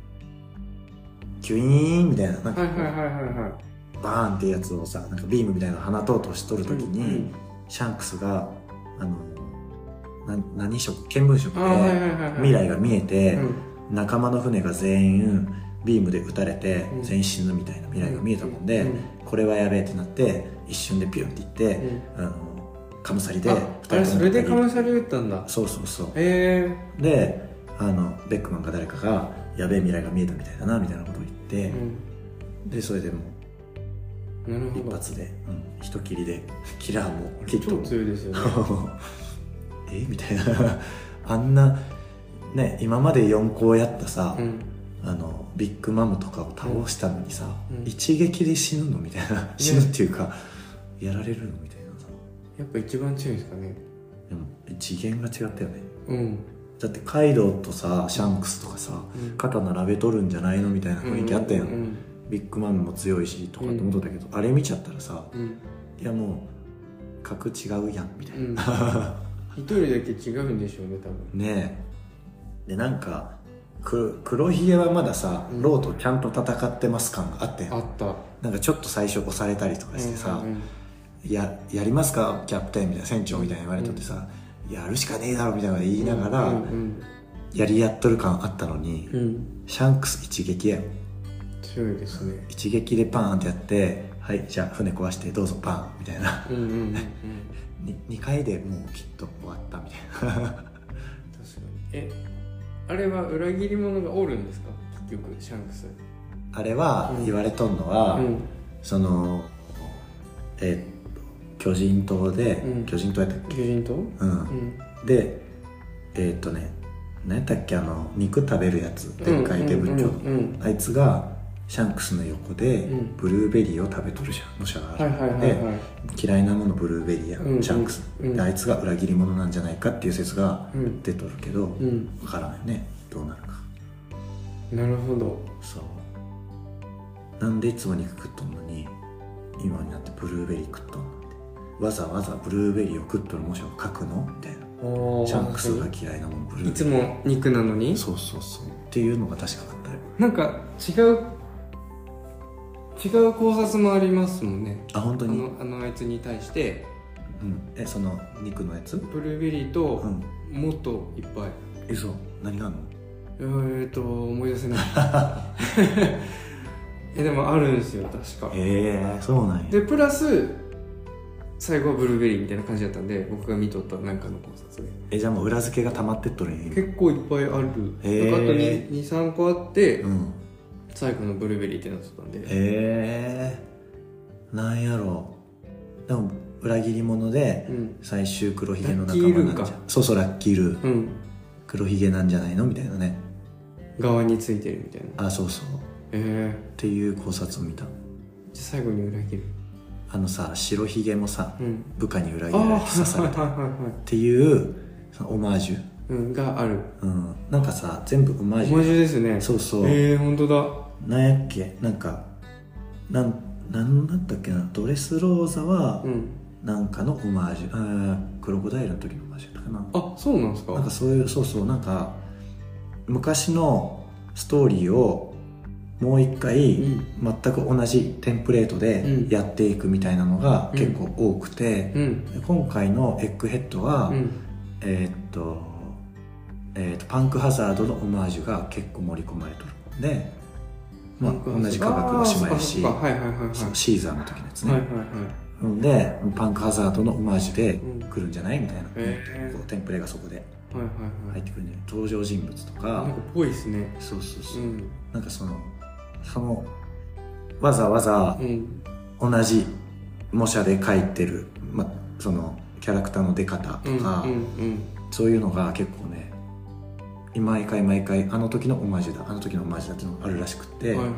Speaker 1: キュイーンみたいななん
Speaker 2: は
Speaker 1: か
Speaker 2: いはいはいはいは
Speaker 1: バーンってやつをさなんかビームみたいなの放とうとしとる
Speaker 2: い
Speaker 1: 時に、
Speaker 2: うん
Speaker 1: シャンクスがあのな何色見聞色
Speaker 2: あーはいはい
Speaker 1: で
Speaker 2: はいはい
Speaker 1: 未来が見えて、
Speaker 2: うん
Speaker 1: 仲間の船が全員ビームで撃たれて
Speaker 2: うん
Speaker 1: 全員死ぬみたいな未来が見えたもんで、
Speaker 2: うん
Speaker 1: これはやべえってなって一瞬でピュンっていって、
Speaker 2: うん
Speaker 1: あのカムサリで
Speaker 2: あ
Speaker 1: 二
Speaker 2: あれ
Speaker 1: と
Speaker 2: そ
Speaker 1: も
Speaker 2: れでカムサリ打ったんだ
Speaker 1: そうそうそう
Speaker 2: へ
Speaker 1: であのベックマンか誰かがやべえ未来が見えたみたいだなみたいなことを言
Speaker 2: え
Speaker 1: って、でそれでも
Speaker 2: うんなる
Speaker 1: う
Speaker 2: ほ
Speaker 1: 一
Speaker 2: ど
Speaker 1: 発で、うん、一切りでキラーもキット
Speaker 2: 超
Speaker 1: も
Speaker 2: 強いですよね
Speaker 1: (laughs) えみたいなあんなね今まで4校やったさ、
Speaker 2: うん
Speaker 1: あのビッグマムとかを倒したのにさ、
Speaker 2: うん
Speaker 1: 一撃で死ぬのみたいな死ぬっていうか、やられるのみたいなさ
Speaker 2: やっぱ一番強いですかね
Speaker 1: でも次元が違ったよね
Speaker 2: うん
Speaker 1: だってカイドウとさシャンクスとかさ
Speaker 2: うん
Speaker 1: 肩並べとるんじゃないのみたいな雰囲気あったやん、
Speaker 2: うんうん
Speaker 1: ビッグマムも強いしとかって思っとったけど、あれ見ちゃったらさ
Speaker 2: うん
Speaker 1: いやもう格違うやんみたいな、
Speaker 2: うん一人だけ違うんでしょうね多分
Speaker 1: ねえでなんかく黒ひげはまださ、
Speaker 2: うん
Speaker 1: ローとちゃんと戦ってます感があって
Speaker 2: あった
Speaker 1: なんかちょっと最初押されたりとかしてさ「
Speaker 2: うんうん
Speaker 1: ややりますかキャプテン」みたいな船長みたいな言われとってさ、やるしかねえだろ」みたいなこと言いながら、
Speaker 2: うん
Speaker 1: やりやっとる感あったのに、
Speaker 2: うんうん
Speaker 1: シャンクス一撃やん
Speaker 2: 強いですね
Speaker 1: 一撃でパーンってやって「はいじゃあ船壊してどうぞパン」みたいな (laughs)
Speaker 2: うんうんうんうん確か
Speaker 1: 2回でもうきっと終わったみたいな
Speaker 2: にえあれは裏切り者がおるんですか結局シャンクス
Speaker 1: (laughs) あれは
Speaker 2: うん
Speaker 1: 言われとんのは、
Speaker 2: うん
Speaker 1: そのえー巨人党で、
Speaker 2: うん
Speaker 1: 巨人党やったっけ
Speaker 2: 巨人と
Speaker 1: うん
Speaker 2: うん
Speaker 1: でえーっとね何やったっけあの肉食べるやつでっかいデブちょ
Speaker 2: うんうんうん
Speaker 1: あいつがシャンクスの横で
Speaker 2: うん
Speaker 1: ブルーベリーを食べとるじゃんのしゃがあ
Speaker 2: はいはい
Speaker 1: る
Speaker 2: はい
Speaker 1: で
Speaker 2: はい
Speaker 1: 嫌いなものブルーベリーや、
Speaker 2: うんうん
Speaker 1: シャンクス、
Speaker 2: うん
Speaker 1: であいつが裏切り者なんじゃないかっていう説が
Speaker 2: うん
Speaker 1: 出とるけど、わ
Speaker 2: うん
Speaker 1: からないねどうなるか
Speaker 2: なるほど
Speaker 1: そうなんでいつも肉食っとんのに今になってブルーベリー食っとんのってわざわざブルーベリーを食っとる文字を書くのみたいな
Speaker 2: おー
Speaker 1: シャンクスが嫌いなものブルーベリー
Speaker 2: いつも肉なのに
Speaker 1: そうそうそうっていうのが確かだったよ
Speaker 2: なんか違う違う考察もありますもんね
Speaker 1: あ本当
Speaker 2: あ
Speaker 1: に、
Speaker 2: のあのあいつに対して
Speaker 1: うん、えその肉のやつ
Speaker 2: ブルーベリー
Speaker 1: う
Speaker 2: と
Speaker 1: ん
Speaker 2: もっといっぱい
Speaker 1: えそう何があんの
Speaker 2: えーっと思い出せ (laughs) ないえでもあるんですよ確か
Speaker 1: ええそうなんや
Speaker 2: でプラス最後はブルーベリーみたいな感じだったんで僕が見とったなんかの考察で
Speaker 1: えじゃあもう裏付けが溜まってっとるんや今
Speaker 2: 結構いっぱいある
Speaker 1: へー
Speaker 2: なんかあと23個あって
Speaker 1: うん
Speaker 2: 最後のブルーベリーってなってたんで
Speaker 1: ええなんやろうでも裏切り者で
Speaker 2: うん
Speaker 1: 最終黒ひげの
Speaker 2: ラ
Speaker 1: 仲
Speaker 2: ッキー
Speaker 1: 間
Speaker 2: ルー
Speaker 1: なん
Speaker 2: か
Speaker 1: じゃそうそうラッキールー
Speaker 2: うん
Speaker 1: 黒ひげなんじゃないのみたいなね
Speaker 2: 側についてるみたいな
Speaker 1: あそうそうっ
Speaker 2: え
Speaker 1: ていう考察を見た
Speaker 2: ー、じゃあ最後に裏切る
Speaker 1: あのさ白ひげもさ
Speaker 2: うん
Speaker 1: 部下に裏
Speaker 2: あ
Speaker 1: 切
Speaker 2: あ
Speaker 1: ら
Speaker 2: はい
Speaker 1: れ
Speaker 2: は
Speaker 1: て刺され
Speaker 2: い
Speaker 1: たっ
Speaker 2: はいは
Speaker 1: ていうそのオマージュ
Speaker 2: い、 (laughs) うん、がある
Speaker 1: うん、なんかさ全部オマージ
Speaker 2: 文
Speaker 1: ュ
Speaker 2: 字ですね
Speaker 1: そうそう、
Speaker 2: ええー、本当だ
Speaker 1: なんやっけなんかなんなんだったっけなドレスローザは
Speaker 2: うん
Speaker 1: なんかのオマージュ、うん、クロコダイルの時のオマージュだったかな
Speaker 2: あそうなんですか
Speaker 1: なんかそういうそうそうなんか昔のストーリーをもう一回
Speaker 2: うん
Speaker 1: 全く同じテンプレートで
Speaker 2: うん
Speaker 1: やっていくみたいなのが結構多くて、
Speaker 2: うん
Speaker 1: 今回のエッグヘッドは、
Speaker 2: うん
Speaker 1: えーっと、えーっと、パンクハザードのオマージュが結構盛り込まれとるんで、まあ、同じ科学の島やし、
Speaker 2: あーそっかそっかはいはいはいはい
Speaker 1: そのシーザーの時のやつね。
Speaker 2: はいはいはい
Speaker 1: んで、パンクハザードのオマージュで
Speaker 2: うん
Speaker 1: 来るんじゃないみたいな、
Speaker 2: へー
Speaker 1: こうテンプレがそこで
Speaker 2: はいはいはい
Speaker 1: 入ってくるんじゃない登場人物と
Speaker 2: な
Speaker 1: か
Speaker 2: ん、かぽいですね
Speaker 1: そうそうそうう、
Speaker 2: ん
Speaker 1: なんかその、その、わざわざ
Speaker 2: うん
Speaker 1: 同じ模写で描いてる、まあ、その、キャラクターの出方
Speaker 2: うん
Speaker 1: と
Speaker 2: うん
Speaker 1: か、
Speaker 2: うん
Speaker 1: そういうのが結構ね毎回毎回あの時のオマージュだあの時のオマージュだっていうのがあるらしくって、
Speaker 2: はいはいはい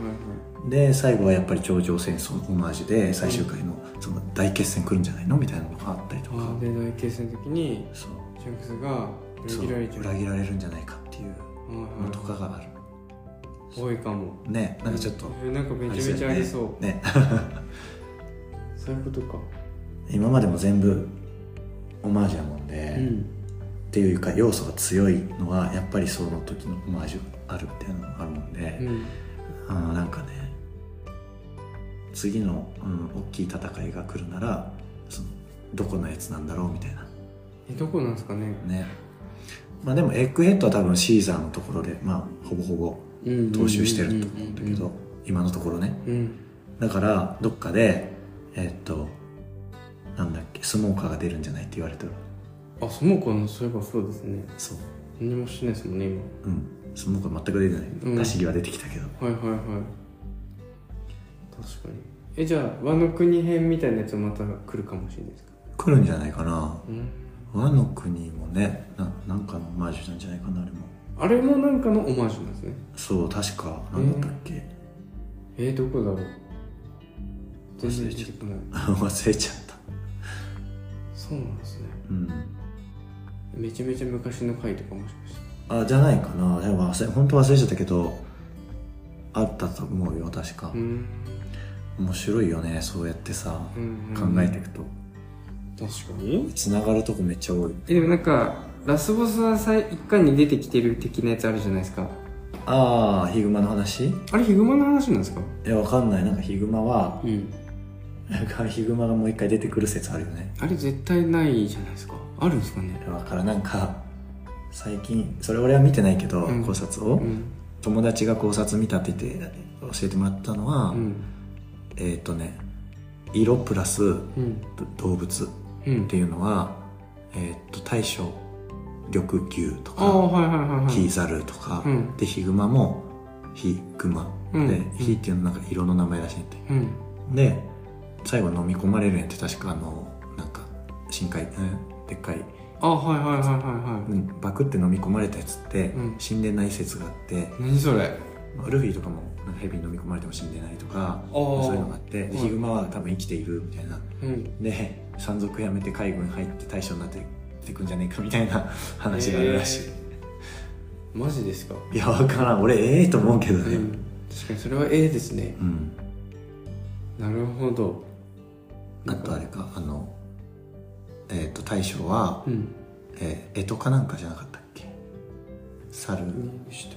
Speaker 1: で最後はやっぱり頂上戦争のオマージュで最終回のその大決戦来るんじゃないのみたいなのがあったりと
Speaker 2: あ
Speaker 1: か、
Speaker 2: ーで大決戦の時に
Speaker 1: そう
Speaker 2: ジャンクスが裏
Speaker 1: そう
Speaker 2: 切られちゃう
Speaker 1: 裏切られるんじゃないかっていう
Speaker 2: はい
Speaker 1: のと
Speaker 2: は
Speaker 1: かがある、
Speaker 2: い多いかも
Speaker 1: ねなんかちょっと
Speaker 2: えーなんかめちゃめちゃありそう
Speaker 1: ね (laughs)
Speaker 2: そういうことか
Speaker 1: 今までも全部オマージュやもんで、
Speaker 2: う
Speaker 1: っ
Speaker 2: ん
Speaker 1: ていうか要素が強いのはやっぱりその時のオマージュがあるっていうのがあるもんで、
Speaker 2: うん
Speaker 1: あのなんかね次の、うん、大きい戦いが来るならそのどこのやつなんだろうみたいな
Speaker 2: えどこなんですかね
Speaker 1: ねまあでもエッグヘッドは多分シーザーのところでまあほぼほぼ踏襲してると思うんだけど今のところね
Speaker 2: うん
Speaker 1: だからどっかでえっとなんだっけスモーカーが出るんじゃないって言われてる
Speaker 2: あスモーカーのそういえばそうですね
Speaker 1: そう
Speaker 2: 何もしてないですもんね今
Speaker 1: うんスモーカー全く出てない
Speaker 2: うん
Speaker 1: 出し際出てきたけど、
Speaker 2: はいはいはい確かにえじゃあ和の国編みたいなやつまた来るかもしれないですか
Speaker 1: 来るんじゃないかな
Speaker 2: うん
Speaker 1: 和の国もねななんかのオマージュなんじゃないかなあれも
Speaker 2: あれもなんかのオマージュなんですね
Speaker 1: そう確か何だったっけ、
Speaker 2: えー、どこだろう全
Speaker 1: 忘
Speaker 2: 然
Speaker 1: れ
Speaker 2: 出
Speaker 1: ちゃ
Speaker 2: て
Speaker 1: っ
Speaker 2: こない
Speaker 1: (laughs) 忘れちゃった
Speaker 2: そうなんですね
Speaker 1: うん
Speaker 2: めちゃめちゃ昔の回とかもしかして
Speaker 1: あじゃないかなでも忘れ本当忘れちゃったけどあったと思うよ確か
Speaker 2: う、ん
Speaker 1: 面白いよねそうやってさ、
Speaker 2: うん
Speaker 1: 考えていくと
Speaker 2: 確かに
Speaker 1: 繋がるとこめっちゃ多い
Speaker 2: えでもなんかラスボスはさ一巻に出てきてる的なやつあるじゃないですか
Speaker 1: ああヒグマの話い
Speaker 2: あれヒグマの話なんですか
Speaker 1: やわかんないなんかヒグマは (laughs)
Speaker 2: うん
Speaker 1: なんかヒグマがもう一回出てくる説あるよね
Speaker 2: あれ絶対ないじゃないですかあるんですかね
Speaker 1: だからなんか最近それ俺は見てないけど、
Speaker 2: うん
Speaker 1: 考察を、
Speaker 2: うん
Speaker 1: 友達が考察見たって言って教えてもらったのは、
Speaker 2: うん
Speaker 1: えっ、とね色プラス
Speaker 2: うん
Speaker 1: 動物
Speaker 2: う
Speaker 1: っ
Speaker 2: ん
Speaker 1: ていうのは、えーっと大将緑牛と
Speaker 2: ああ
Speaker 1: か
Speaker 2: はいはいはいはい
Speaker 1: ヒザルとか、
Speaker 2: うん
Speaker 1: でヒグマもヒグマで、
Speaker 2: うん
Speaker 1: ヒっていうのなんか色の名前らしいんで
Speaker 2: うん
Speaker 1: で最後飲み込まれるんやって確かあのなんか深海、うん、でっかい、
Speaker 2: あはいはいはいはいは
Speaker 1: うん、バクって飲み込まれたやつって、
Speaker 2: うん
Speaker 1: 死んでない説があって
Speaker 2: い何それ
Speaker 1: まあルフィとかもなんかヘビに飲み込まれても死んでないとか
Speaker 2: ー
Speaker 1: そういうのがあってで
Speaker 2: うん
Speaker 1: ヒグマは多分生きているみたいな
Speaker 2: うん
Speaker 1: で山賊やめて海軍入って大将になってってくんじゃねえかみたいな (laughs) 話があるらしい、
Speaker 2: えーマジですか
Speaker 1: いやわからん俺ええと思うけど
Speaker 2: う
Speaker 1: ね
Speaker 2: ん確かにそれはええですね
Speaker 1: うん、
Speaker 2: なるほど
Speaker 1: あとあれかあのえっ、と大将は、
Speaker 2: うん
Speaker 1: えー、干支かなんかじゃなかったっけ猿
Speaker 2: 下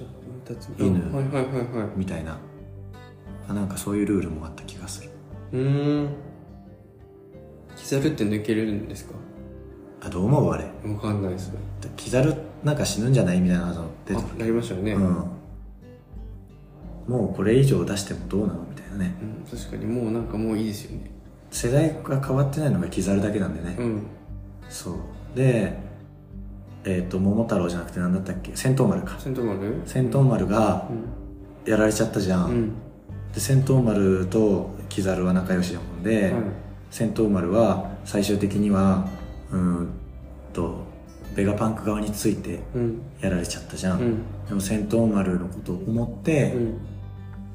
Speaker 2: 立つ
Speaker 1: 犬
Speaker 2: はいはいはいはい
Speaker 1: みたいなあなんかそういうルールもあった気がする
Speaker 2: うーんキザルって抜けれるんですか
Speaker 1: あどう思うあれ
Speaker 2: わかんないですね
Speaker 1: キザルなんか死ぬんじゃないみたいなの出てく
Speaker 2: あなりましたよね、
Speaker 1: る、
Speaker 2: う
Speaker 1: うんん、もうこれ以上出してもどうなのみたいなね
Speaker 2: 確かにもうなんかもういいですよね
Speaker 1: 世代が変わってないのがキザルだけなんでね、
Speaker 2: うん
Speaker 1: そうでえっ、と桃太郎じゃなくて何だったっけ戦闘丸か
Speaker 2: セントマル
Speaker 1: 戦闘丸が
Speaker 2: うん
Speaker 1: やられちゃったじゃん、
Speaker 2: うん
Speaker 1: で戦闘丸とキザルは仲良しだもんで、
Speaker 2: はい
Speaker 1: 戦闘丸は最終的にはうーんとベガパンク側について
Speaker 2: うん
Speaker 1: やられちゃったじゃ、
Speaker 2: うんん
Speaker 1: でも戦闘丸のことを思って、
Speaker 2: うん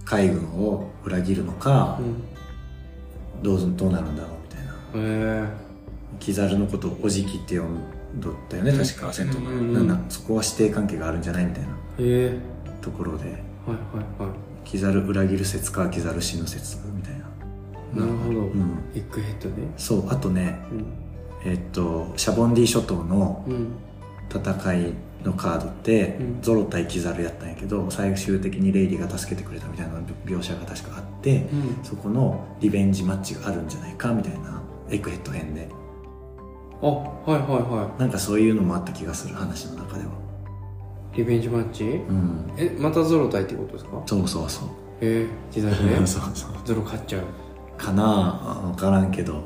Speaker 1: 海軍を裏切るのか、どうぞどうなるんだろうみたいな
Speaker 2: うんへ
Speaker 1: キザルのことをおじきって呼んどったよね確か戦闘丸、
Speaker 2: うんうん
Speaker 1: なんなんそこは師弟関係があるんじゃないみたいな
Speaker 2: えへえ
Speaker 1: ところで
Speaker 2: はいはいは
Speaker 1: キザル裏切る説かキザル死ぬ説みたいな、
Speaker 2: いなるほど、
Speaker 1: うん、
Speaker 2: エッグヘッドね
Speaker 1: そうあとね
Speaker 2: うん
Speaker 1: えっとシャボンディ諸島の
Speaker 2: うん
Speaker 1: 戦いのカードって、
Speaker 2: うん
Speaker 1: ゾロ対キザルやったんやけど最終的にレイリーが助けてくれたみたいな描写が確かあって
Speaker 2: うん
Speaker 1: そこのリベンジマッチがあるんじゃないかみたいなエッグヘッド編で
Speaker 2: あはいはいは
Speaker 1: なんかそういうのもあった気がする話の中では
Speaker 2: いリベンジマッチ
Speaker 1: うん
Speaker 2: えまたゾロ対ってことですか
Speaker 1: そうそうそう
Speaker 2: へえキザ
Speaker 1: (laughs)
Speaker 2: ル
Speaker 1: そ
Speaker 2: ね
Speaker 1: うそう
Speaker 2: ゾロ勝っちゃう
Speaker 1: かなあ分からんけど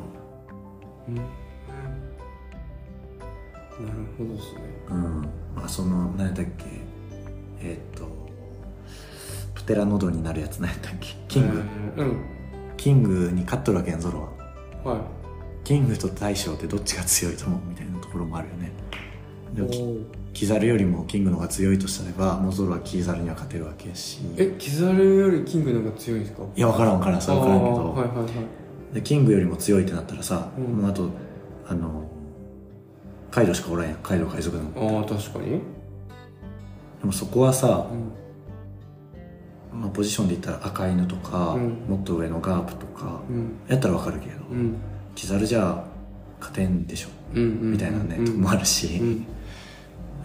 Speaker 2: うんなるほどですね
Speaker 1: うん、まあその何やったっけえーっ、とプテラノドンになるやつ何やったっけキング、
Speaker 2: えーうん
Speaker 1: キングに勝っとるわけやんゾロは
Speaker 2: はい
Speaker 1: キングと大将ってどっちが強いと思うみたいなところもあるよねでもキ
Speaker 2: おー
Speaker 1: キザルよりもキングの方が強いとすればもうゾロはキザルには勝てるわけやし
Speaker 2: えキザルよりキングの方が強いんですか
Speaker 1: いや分からん分からんそれ分からんけ
Speaker 2: あ
Speaker 1: ど、
Speaker 2: ーはいはいはい
Speaker 1: でキングよりも強いってなったらさ、
Speaker 2: うん
Speaker 1: もうあとあのカイドしかおらんやんカイド海賊ので
Speaker 2: ああ確かに、
Speaker 1: もそこはさ
Speaker 2: う、ん、
Speaker 1: まあ、ポジションで言ったら赤犬とか、
Speaker 2: うん
Speaker 1: もっと上のガープとか、
Speaker 2: うん
Speaker 1: やったらわかるけど、
Speaker 2: うん
Speaker 1: キザルじゃ勝てんでしょ
Speaker 2: うんうん
Speaker 1: みたいなね、
Speaker 2: うん
Speaker 1: とこもあるし、
Speaker 2: うん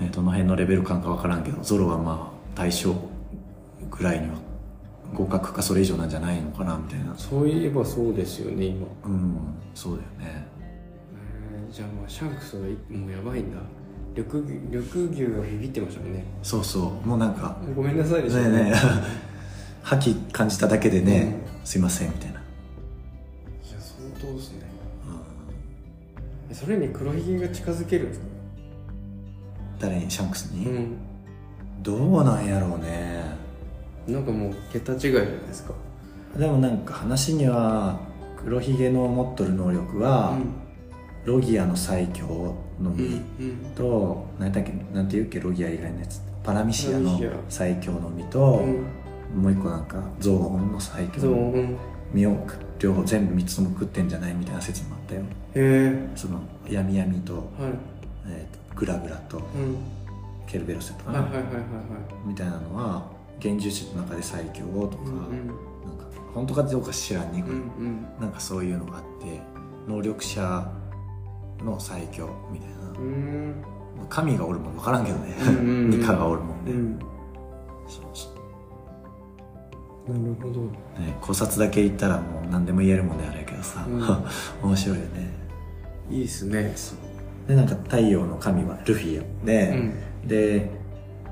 Speaker 1: えどの辺のレベル感かわからんけどゾロはまあ大将ぐらいには合格かそれ以上なんじゃないのかなみたいな
Speaker 2: そういえばそうですよね今
Speaker 1: うんそうだよね
Speaker 2: えーじゃあまあシャンクスはいもうやばいんだ緑牛緑牛がビビってましたもんね
Speaker 1: そうそうもうなんか
Speaker 2: ごめんなさ
Speaker 1: ね
Speaker 2: いで
Speaker 1: え
Speaker 2: しょ
Speaker 1: ねえ (laughs) 覇気感じただけでね、すいませんみたいな、
Speaker 2: いや相当ですね
Speaker 1: うん、
Speaker 2: それに黒ひげが近づけるんですか
Speaker 1: 誰にシャンクスに、
Speaker 2: ん
Speaker 1: どうなんやろうね
Speaker 2: なんかもう桁違いじゃないですか
Speaker 1: でもなんか話には黒ひげの持っとる能力は、ロギアの最強の
Speaker 2: うん
Speaker 1: み
Speaker 2: うん
Speaker 1: と、なん、何だっけなんて言うっけロギア以外のやつパラミシアの
Speaker 2: パラミシア
Speaker 1: 最強の実
Speaker 2: う
Speaker 1: と、
Speaker 2: ん
Speaker 1: もう一個なんかゾーンの最強
Speaker 2: そう
Speaker 1: の
Speaker 2: うんへ
Speaker 1: 実を両方全部3つとも食ってんじゃないみたいな説もあったよ
Speaker 2: え
Speaker 1: その闇闇と,、
Speaker 2: はい
Speaker 1: えーとグラグラと
Speaker 2: うん
Speaker 1: ケルベロスとか
Speaker 2: はい
Speaker 1: な、
Speaker 2: はいはいはいはい
Speaker 1: みたいなのは幻獣種の中で最強とか、
Speaker 2: うん
Speaker 1: なんか本当かどうか知らんねんけ
Speaker 2: う
Speaker 1: ど、
Speaker 2: んうん
Speaker 1: なんかそういうのがあって能力者の最強みたいな
Speaker 2: うーん
Speaker 1: 神がおるもん分からんけどね
Speaker 2: うんうん
Speaker 1: (laughs)
Speaker 2: うん
Speaker 1: ニカがおるもん
Speaker 2: う
Speaker 1: ね,、
Speaker 2: ん
Speaker 1: そうそう
Speaker 2: なるほど
Speaker 1: ね考察だけ言ったらもう何でも言えるもんねあれやけどさ、
Speaker 2: う
Speaker 1: 面白いよね
Speaker 2: いいっすね
Speaker 1: でなんか太陽の神はルフィや
Speaker 2: う
Speaker 1: で、
Speaker 2: ん
Speaker 1: で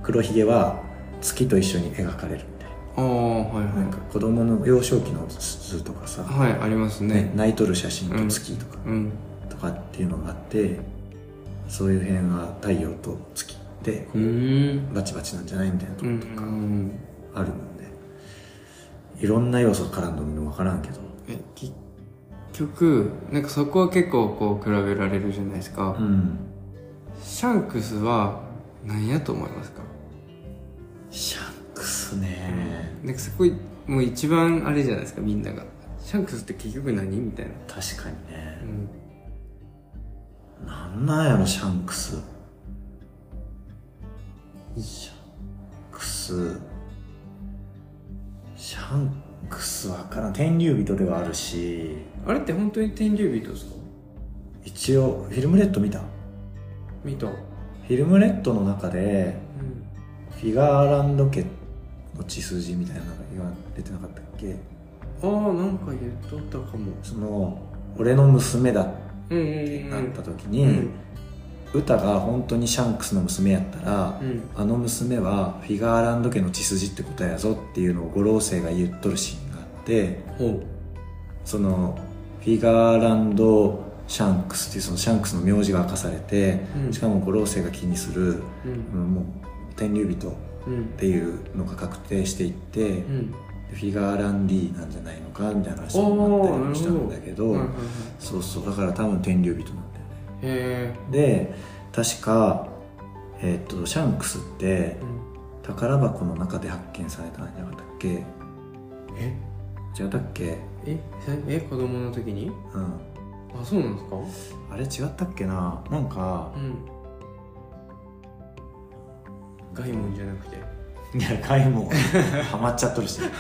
Speaker 1: 黒ひげは月と一緒に描かれるみたい
Speaker 2: ああはい
Speaker 1: ななんか子供の幼少期の図とかさ、
Speaker 2: はいはいあります
Speaker 1: ね
Speaker 2: ね
Speaker 1: 泣いとる写真と月とか、
Speaker 2: うん
Speaker 1: とかっていうのがあってそういう辺は太陽と月で
Speaker 2: うーん
Speaker 1: バチバチなんじゃないみたいなと
Speaker 2: う
Speaker 1: こ
Speaker 2: んうん
Speaker 1: あるんで、いろんな要素絡んでるの分からんけど
Speaker 3: え結局なんかそこは結構こう比べられるじゃないですか、
Speaker 1: うん
Speaker 3: シャンクスは何やと思いますか
Speaker 1: シャンクスね
Speaker 3: なんかそこもう一番あれじゃないですかみんながシャンクスって結局何みたいな、
Speaker 1: 確かにね
Speaker 3: うん、
Speaker 1: なんなんやろシャンクスシャンクスシャンクスわからん天竜人ではあるし
Speaker 2: あれって本当に天竜人ですか
Speaker 1: 一応フィルムレッド見た
Speaker 2: 見た、う
Speaker 1: フィルムレッドの中で
Speaker 2: ん、
Speaker 1: フィガーランド家の血筋みたいなのが言われてなかったっけ
Speaker 2: ああなんか言っとったかも
Speaker 1: その俺の娘だっ
Speaker 2: うんうんう
Speaker 1: て
Speaker 2: ん
Speaker 1: なった時に、
Speaker 2: うん
Speaker 1: 歌が本当にシャンクスの娘やったら、
Speaker 2: うん
Speaker 1: あの娘はフィガーランド家の血筋ってことやぞっていうのを五老星が言っとるシーンがあって
Speaker 2: ほう
Speaker 1: そのフィガーランドシャンクスっていうそのシャンクスの名字が明かされて、
Speaker 2: うん
Speaker 1: しかも五老星が気にする、
Speaker 2: う
Speaker 1: うんんもう天竜人っ
Speaker 2: うん
Speaker 1: ていうのが確定していって、
Speaker 2: うん
Speaker 1: フィガーランディなんじゃないのかみたいな話になったりもしたんだけど
Speaker 2: はいはいはい
Speaker 1: そうそうだから多分天竜人なんだよね
Speaker 2: へ
Speaker 1: で確か、えーっとシャンクスって
Speaker 2: え、うん、
Speaker 1: 宝箱の中で発見されたんじゃなかったっけ
Speaker 2: え
Speaker 1: 違ったっけ
Speaker 2: ええ子供の時に
Speaker 1: うん
Speaker 2: あそうなんです
Speaker 1: あれ違ったっけななんか
Speaker 2: かうん外門じゃなくて
Speaker 1: いやガイモハマっちゃっとるし確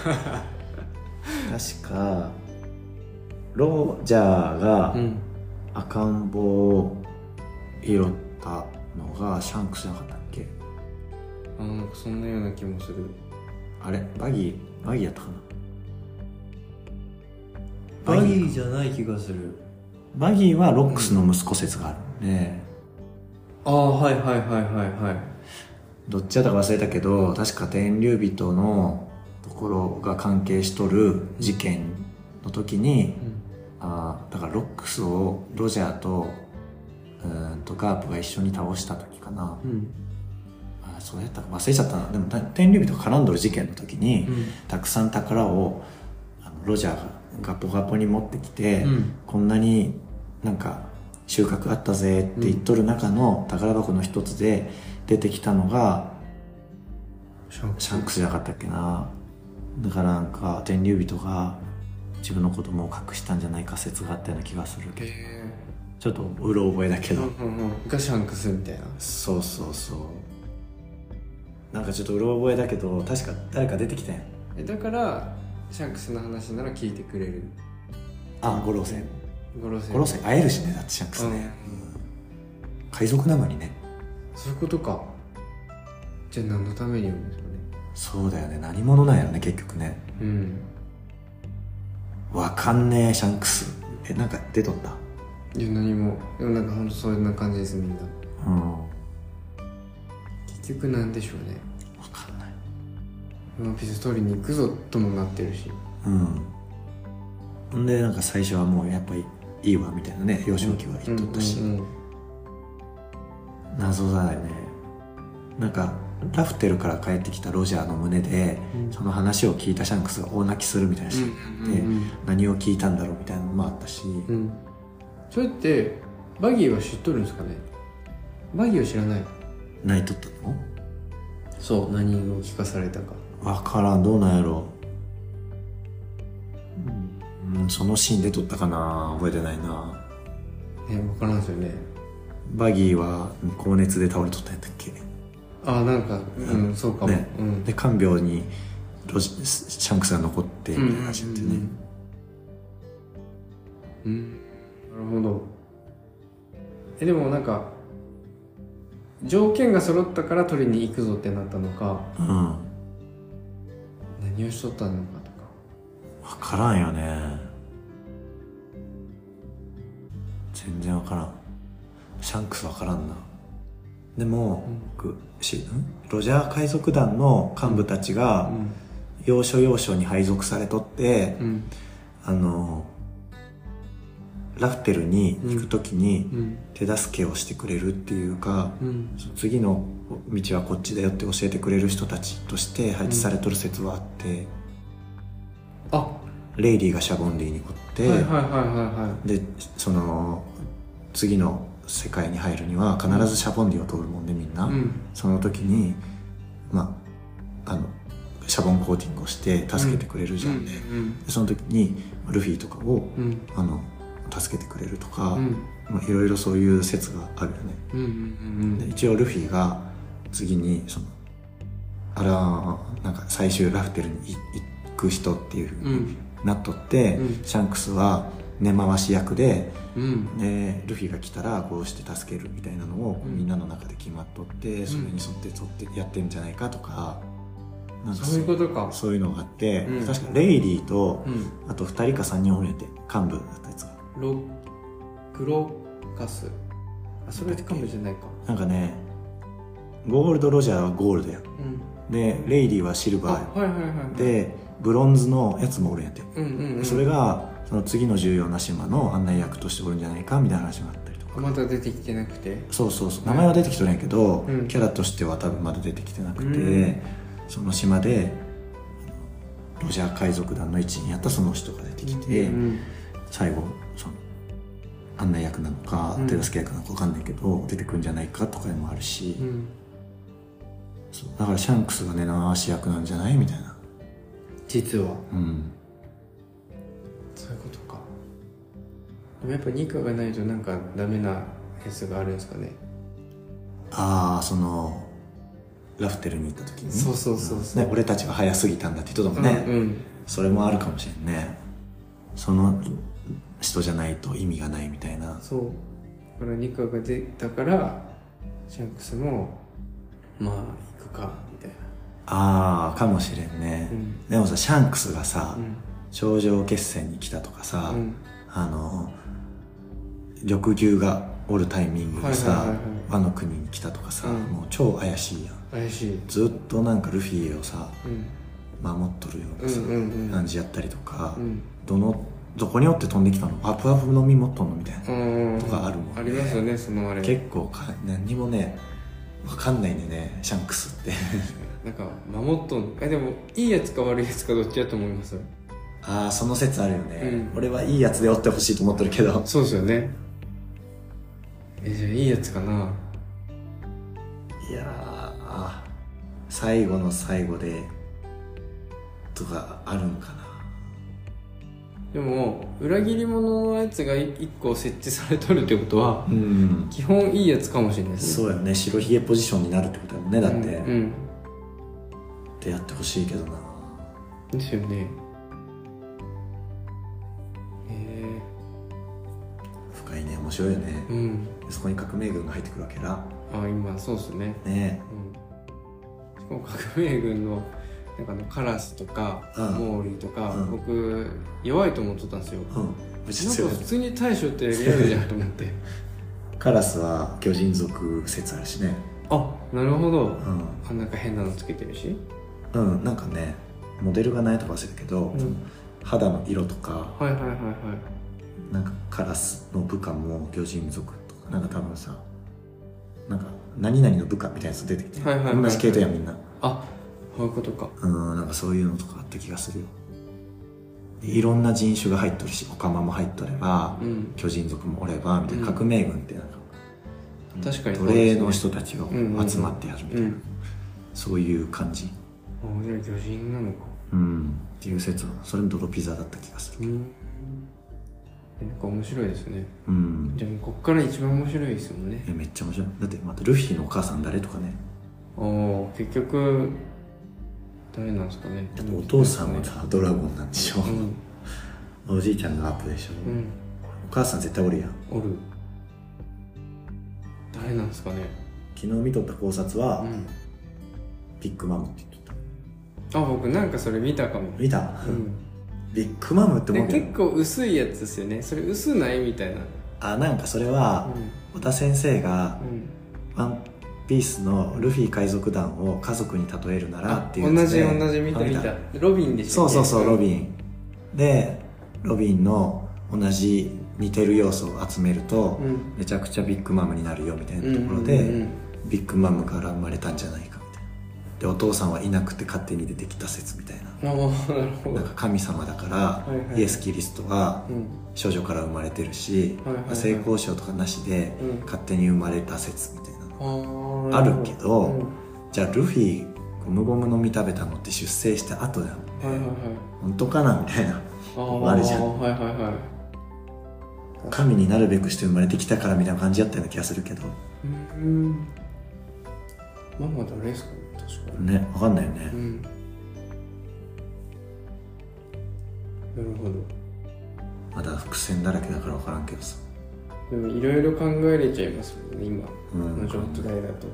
Speaker 1: かロジャーが
Speaker 2: ん
Speaker 1: 赤ん坊を拾ったのがシャンクスじゃなかったっけ
Speaker 2: あなんかそんなような気もする
Speaker 1: あれバギーバギーやったかな
Speaker 2: バ
Speaker 1: バギ
Speaker 2: ギ
Speaker 1: ー
Speaker 2: ーじゃない気がする
Speaker 1: バギーはロックスの息子説があるんで、
Speaker 2: ああはいはいはいはいはい
Speaker 1: どっちやったか忘れたけど確か天竜人のところが関係しとる事件の時に、あーだからロックスをロジャーとうーんとガープが一緒に倒した時かな
Speaker 2: うんうん
Speaker 1: あーそうやったか忘れちゃったなでもた天竜人が絡んどる事件の時に、たくさん宝をあのロジャーがガポガポに持ってきて、
Speaker 2: うん
Speaker 1: こんなになんか収穫あったぜって言っとる中の宝箱の一つで出てきたのが
Speaker 2: シャンク
Speaker 1: シャンクスじゃなかったっけなだからなんか天竜人が自分の子供を隠したんじゃないか説があったような気がするけど
Speaker 2: へ
Speaker 1: ちょっとうろ覚えだけ
Speaker 2: え
Speaker 1: ど、
Speaker 2: うんうんうんがシャンクスみたいな
Speaker 1: そうそうそうなんかちょっとうろ覚えだけど確か誰か出てきたやん
Speaker 2: えだからシャンクスの話なら聞いてくれる
Speaker 1: あ五老星
Speaker 2: 五老星
Speaker 1: 五老星会えるしねだってシャンクスね、うん海賊なのにね
Speaker 2: そういうことかじゃあ何のために読むんですか
Speaker 1: そ
Speaker 2: ね
Speaker 1: うだよね何者なんやろね結局ね
Speaker 2: うん
Speaker 1: わかんねえシャンクスえなんか出とった
Speaker 2: いや何もでもなんかほんとそんな感じですみんな
Speaker 1: うんわ
Speaker 2: 結局なんでしょうね
Speaker 1: かんない
Speaker 2: ワンピース取りに行くぞともなってるし
Speaker 1: うんんでなんか最初はもうやっぱいいいわみたいなね幼少期は言っとったし、
Speaker 2: うんうんうん
Speaker 1: 謎だよねなんかラフテルから帰ってきたロジャーの胸で、
Speaker 2: うん
Speaker 1: その話を聞いたシャンクスが大泣きするみたいなシーンがあって、何を聞いたんだろうみたいなのもあったし、
Speaker 2: うんそれってバギーは知っとるんですかねバギーは知らない
Speaker 1: 泣いとったの
Speaker 2: そう何を聞かされたか
Speaker 1: わからんどうなんやろうん、そのシーンで撮ったかな覚えてないな
Speaker 2: ね分からんですよね
Speaker 1: バギーは高熱で倒れとったんやったっけ
Speaker 2: ああなんかうん、そうかも、
Speaker 1: ね
Speaker 2: うん
Speaker 1: で看病にロジシャンクスが残ってみたいな話やってね、
Speaker 2: うんなるほどえでもなんか条件が揃ったから取りに行くぞってなったのか
Speaker 1: うんわ
Speaker 2: 何をしとったのかとか
Speaker 1: からんよね全然わからんシャンクスわからんなでも、くしんロジャー海賊団の幹部たちが、
Speaker 2: うん
Speaker 1: 要所要所に配属されとって、
Speaker 2: うん
Speaker 1: あのラフテルに行く時に
Speaker 2: うん
Speaker 1: 手助けをしてくれるっていうか、
Speaker 2: うん
Speaker 1: その次の道はこっちだよって教えてくれる人たちとして配置されとる説はあって、
Speaker 2: あは
Speaker 1: レイリーがシャボンディに来って、
Speaker 2: いはいはいは
Speaker 1: でその次の世界に入るには必ずシャボンディを通るもんでみんな、
Speaker 2: いはいうん
Speaker 1: その時にまああのシャボンコーティングをして助けてくれるじゃんね、で
Speaker 2: うん
Speaker 1: その時にルフィとかを
Speaker 2: うん
Speaker 1: あの助けてくれるとか、
Speaker 2: うん
Speaker 1: まあ、いろいろそういう説があるよね
Speaker 2: うんうんうん
Speaker 1: で一応ルフィが次にそのあらなんか最終ラフテルにい行く人っていう
Speaker 2: う
Speaker 1: 風に
Speaker 2: ん
Speaker 1: なっとって、
Speaker 2: うん
Speaker 1: シャンクスは根回し役で
Speaker 2: うん
Speaker 1: でルフィが来たらこうして助けるみたいなのを
Speaker 2: うん
Speaker 1: みんなの中で決まっとって、それに沿って沿ってやってんじゃないかとかなんか
Speaker 2: そういうことか
Speaker 1: そういうのがあって、
Speaker 2: うん
Speaker 1: 確かレイリーと
Speaker 2: うん
Speaker 1: あと2人か3人おれて幹部だったやつが
Speaker 2: ロクロカスあそれってカムじゃないか
Speaker 1: なんかねゴールド・ロジャーはゴールドやん
Speaker 2: うん
Speaker 1: でレイリーはシル
Speaker 2: あ
Speaker 1: バーやん
Speaker 2: はいはいはいはい
Speaker 1: でブロンズのやつもおるんやて、
Speaker 2: うんうんうん
Speaker 1: それがその次の重要な島の案内役としておるんじゃないかみたいな話があったりとか、
Speaker 2: まだ出てきてなくて
Speaker 1: そうそうそう名前は出てきとるんやけど、
Speaker 2: うん
Speaker 1: キャラとしては多分まだ出てきてなくて、
Speaker 2: うん
Speaker 1: その島でロジャー海賊団の一員やったその人が出てきて、
Speaker 2: うん
Speaker 1: 最後その案内役なのか
Speaker 2: うん
Speaker 1: 手助け役なのか分かんないけど出てくるんじゃないかとかでもあるし、
Speaker 2: うん
Speaker 1: そうだからシャンクスが根回し役なんじゃないみたいな、
Speaker 2: 実は
Speaker 1: うん、
Speaker 2: そういうことかでもやっぱ肉がないとなんかダメなやつがあるんですかね
Speaker 1: ああそのラフテルに行った時に
Speaker 2: そうそうそうそうん
Speaker 1: ね、俺たちが早すぎたんだって人ともね、
Speaker 2: うん
Speaker 1: それもあるかもしれんねその人じゃないと意味がないみたいな
Speaker 2: そうだから肉が出たからシャンクスもまあ行くかみたいな
Speaker 1: ああかもしれんね、
Speaker 2: うん
Speaker 1: でもさシャンクスがさ、
Speaker 2: うん
Speaker 1: 頂上決戦に来たとかさ、
Speaker 2: うん
Speaker 1: あの緑牛がおるタイミングでさ、
Speaker 2: はいはいはいはい
Speaker 1: 和の国に来たとかさ、
Speaker 2: うん
Speaker 1: もう超怪しいやん
Speaker 2: 怪しい
Speaker 1: ずっとなんかルフィをさ
Speaker 2: うん
Speaker 1: 守っとるよう
Speaker 2: う
Speaker 1: なさ、
Speaker 2: んうんうん
Speaker 1: 感じやったりとか、
Speaker 2: うん
Speaker 1: どのどこにおって飛んできたのアップアップの実持っとんのみたいな、
Speaker 2: うんうん
Speaker 1: とかあるもんね
Speaker 2: ありますよねそのあれ
Speaker 1: 結構か何にもね分かんないんでねシャンクスって (laughs)
Speaker 2: なんか守っとんえでもいいやつか悪いやつかどっちやと思います
Speaker 1: ああその説あるよね、
Speaker 2: うん
Speaker 1: 俺はいいやつでおってほしいと思ってるけど (laughs)
Speaker 2: そうですよねえじゃあいいやつかない
Speaker 1: やー最後の最後でとかあるんか
Speaker 2: でも裏切り者のやつが1個設置されとるってことは
Speaker 1: なうん
Speaker 2: 基本いいやつかもしれないですね
Speaker 1: そうやね白ひげポジションになるってことだもんねだって、
Speaker 2: うん、
Speaker 1: っ
Speaker 2: うん
Speaker 1: てやってほしいけどな
Speaker 2: ですよねえ
Speaker 1: 深いね面白いよね
Speaker 2: ー、、うん
Speaker 1: そこに革命軍が入ってくるわけだ
Speaker 2: あ今そうですね
Speaker 1: ね
Speaker 2: うんしかも革命軍のなんかあのカラスとか、
Speaker 1: うん
Speaker 2: モーリーとか、
Speaker 1: うん
Speaker 2: 僕弱いと思っとったんですよ、
Speaker 1: えうん無事
Speaker 2: なんか普通に対処ってリアルじゃんと思って
Speaker 1: カラスは巨人族説 (laughs) あるしね
Speaker 2: あなるほど
Speaker 1: う
Speaker 2: あなんか変なのつけてるし、
Speaker 1: ん、うん、なんかねモデルがないとか忘れたけど、
Speaker 2: うん
Speaker 1: 肌の色とか
Speaker 2: はいはいはいはい
Speaker 1: なんかカラスの部下も巨人族とかなんか多分さなんか何々の部下みたいなやつ出てきて、
Speaker 2: はいはいはいはい
Speaker 1: 同じ系統やんみんな
Speaker 2: あこういうことか
Speaker 1: うんなんかそういうのとかあった気がするよでいろんな人種が入っとるしオカマも入っとれば、
Speaker 2: うん
Speaker 1: 巨人族もおればみたいな、
Speaker 2: うん
Speaker 1: 革命軍ってなんか
Speaker 2: 確かに
Speaker 1: 奴
Speaker 2: そうで
Speaker 1: 隷
Speaker 2: すね
Speaker 1: の人たちが集まってやるみたいな、
Speaker 2: うん
Speaker 1: そういう感じ
Speaker 2: あじゃあ巨人なのか
Speaker 1: うんっていう説はそれも泥ピザだった気がする
Speaker 2: うんなんか面白いですね
Speaker 1: うん
Speaker 2: じゃあもうこっから一番面白いですもんね
Speaker 1: いやめっちゃ面白いだってまたルフィのお母さん誰とかね
Speaker 2: ああ結局誰なんですかね
Speaker 1: だってお父さんもさドラゴンなんでしょ
Speaker 2: う、ん
Speaker 1: おじいちゃんがアップでしょ、
Speaker 2: うん
Speaker 1: お母さん絶対おるやん
Speaker 2: おる誰なんですかね
Speaker 1: 昨日見とった考察は、
Speaker 2: うん
Speaker 1: ビッグマムって言っとっ
Speaker 2: あ僕なんかそれ見たかも
Speaker 1: た見た、
Speaker 2: うん
Speaker 1: ビッグマムって思
Speaker 2: で
Speaker 1: うけ
Speaker 2: 結
Speaker 1: ど
Speaker 2: 構薄いやつですよねそれ薄ないみたいな
Speaker 1: あなんかそれは小田先生が「
Speaker 2: う、
Speaker 1: ワンピースのルフィ海賊団を家族に例えるならっていうん
Speaker 2: 同
Speaker 1: やつ
Speaker 2: じ
Speaker 1: で
Speaker 2: 同じ見た
Speaker 1: あ
Speaker 2: 見たロビンでした
Speaker 1: そうそうそうロ
Speaker 2: ン
Speaker 1: ビンでロビンの同じ似てる要素を集めると、
Speaker 2: うん
Speaker 1: めちゃくちゃビッグマムになるよみたい
Speaker 2: うん
Speaker 1: なところ
Speaker 2: うんうんう
Speaker 1: で
Speaker 2: ん
Speaker 1: ビッグマムから生まれたんじゃないかみたいなでお父さんはいなくて勝手に出てきた説みたいな
Speaker 2: ああなるほど
Speaker 1: なんか神様だから
Speaker 2: はいはい
Speaker 1: イエス・キリストは
Speaker 2: うん
Speaker 1: 少女から生まれてるし、
Speaker 2: はいはいはい
Speaker 1: 性交渉とかなしで
Speaker 2: うん
Speaker 1: 勝手に生まれた説みたいなの
Speaker 2: あ
Speaker 1: あ
Speaker 2: あ
Speaker 1: るけど、
Speaker 2: うん
Speaker 1: じゃあルフィゴムゴムの実食べたのって出生した後だもんね、
Speaker 2: はいはいはい
Speaker 1: 本当かなみたいな
Speaker 2: ああ
Speaker 1: あるじゃん
Speaker 2: はいはいはい
Speaker 1: 神になるべくして生まれてきたからみたいな感じだったような気がするけど
Speaker 2: うんママ誰ですかね確かに
Speaker 1: ねわかんないよね
Speaker 2: うんなるほど
Speaker 1: まだ伏線だらけだからわからんけどさ
Speaker 2: でもいろいろ考えれちゃいますもんね今
Speaker 1: うん
Speaker 2: の状態だと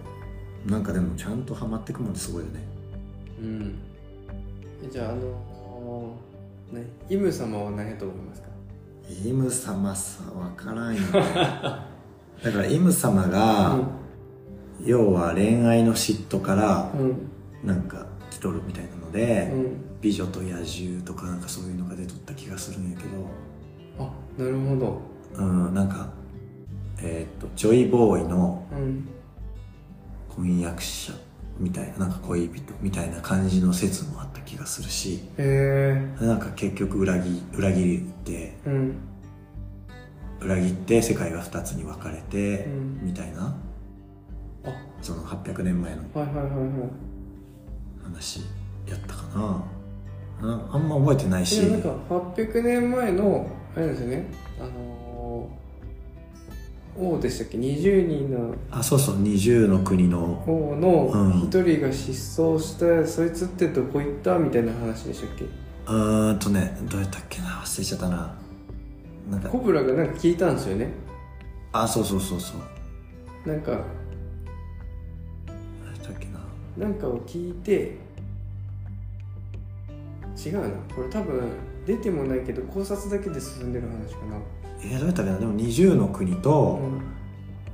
Speaker 1: なんかでもちゃんとハマってくもんってすごいよね
Speaker 2: うんえじゃああのーねイム様は何やと思いますか
Speaker 1: イム様さわから (laughs) んよ、ね、だからイム様が、要は恋愛の嫉妬から
Speaker 2: うんうん
Speaker 1: なんか来とるみたいなので、
Speaker 2: うん
Speaker 1: 美女と野獣とかなんかそういうのが出とった気がするんやけ
Speaker 2: あなるほど
Speaker 1: どうんなんかえーっとジョイボーイの
Speaker 2: うん
Speaker 1: 婚約者みたいななんか恋人みたいな感じの説もあった気がするし
Speaker 2: へえ
Speaker 1: なんか結局裏切裏切って
Speaker 2: うん
Speaker 1: 裏切って世界が2つに分かれて、
Speaker 2: うん
Speaker 1: みたいな
Speaker 2: あ
Speaker 1: その800年前の
Speaker 2: はいはいはいはい
Speaker 1: 話やったかなああんま覚えてないし
Speaker 2: でもなんか800年前のあれなんですよねあのー王でしたっけ20人の
Speaker 1: あそうそう20の国の
Speaker 2: 王
Speaker 1: うん
Speaker 2: の一人が失踪して、そいつってどこ行ったみたいな話でしたっけ
Speaker 1: うーんとねどうやったっけな忘れちゃったななんか
Speaker 2: コブラがなんか聞いたんですよね
Speaker 1: あそうそうそうそう
Speaker 2: なんか
Speaker 1: どうやったっけな
Speaker 2: なんかを聞いて違うなこれ多分出てもないけど考察だけで進んでる話かな
Speaker 1: えーどうやったっけなでも20の国と
Speaker 2: うん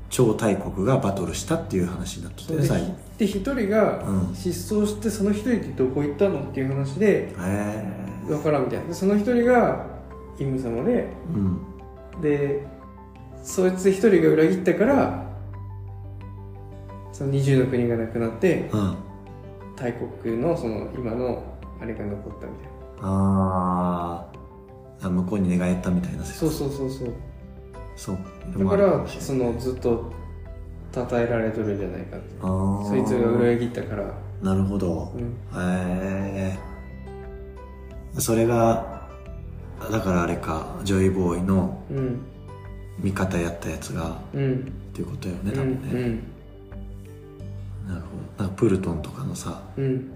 Speaker 1: 超大国がバトルしたっていう話になってた
Speaker 2: そ
Speaker 1: よ
Speaker 2: う
Speaker 1: ね
Speaker 2: で
Speaker 1: 最後
Speaker 2: で一人が
Speaker 1: うん
Speaker 2: 失踪してその一人ってどこ行ったのっていう話で
Speaker 1: え
Speaker 2: わからんみたいなでその一人がイム様で
Speaker 1: ー、うん
Speaker 2: でそいつ一人が裏切ったからその20の国がなくなって
Speaker 1: うん
Speaker 2: 大国のその今のあれが残ったみたいな
Speaker 1: あーあ向こうに寝返ったみたいな説
Speaker 2: そうそうそうそう
Speaker 1: そう
Speaker 2: だか
Speaker 1: まあある
Speaker 2: ら
Speaker 1: もしれない
Speaker 2: そのずっと称えられとるんじゃないかって
Speaker 1: あー
Speaker 2: そいつが裏切ったから
Speaker 1: なるほど
Speaker 2: うん
Speaker 1: へえそれがだからあれかジョイボーイの
Speaker 2: うん
Speaker 1: 味方やったやつが
Speaker 2: うん
Speaker 1: っていうことよ
Speaker 2: う
Speaker 1: ね
Speaker 2: ん
Speaker 1: 多分ね、なるほどなんかプルトンとかのさ
Speaker 2: うんうん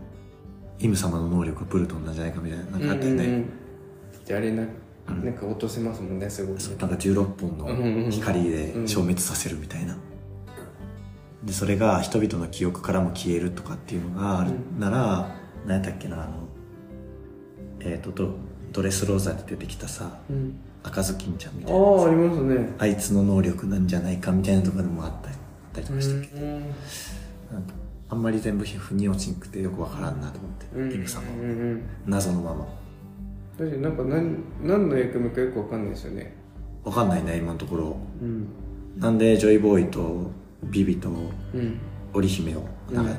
Speaker 1: イム様の能力はプルトンなんじゃないかみたいななん
Speaker 2: うん
Speaker 1: かあったよね、
Speaker 2: うんであれな
Speaker 1: うん
Speaker 2: なんか落とせますもんねすごく
Speaker 1: そうなんか16
Speaker 2: うんうんう
Speaker 1: 本
Speaker 2: ん
Speaker 1: の光で消滅させるみたいな、でそれが人々の記憶からも消えるとかっていうのがある
Speaker 2: うん
Speaker 1: なら、何やったっけなあのえっ、とドドレスローザで出てきたさ
Speaker 2: うん
Speaker 1: 赤ずきんちゃんみ
Speaker 2: あ
Speaker 1: たいなやつ
Speaker 2: あありますね
Speaker 1: あいつの能力なんじゃないかみたいなところもあったりあったりとかして、
Speaker 2: うん
Speaker 1: なんかあんまり全部腑に落ちんくてよくわからんなと思って、
Speaker 2: うん
Speaker 1: イム様
Speaker 2: うんうん
Speaker 1: 謎のまま
Speaker 2: 確かになんか何何の役目かよくわかんないですよね
Speaker 1: わかんないね今のところ
Speaker 2: うん
Speaker 1: なんでジョイボーイとビビと
Speaker 2: うん
Speaker 1: 織姫をなんか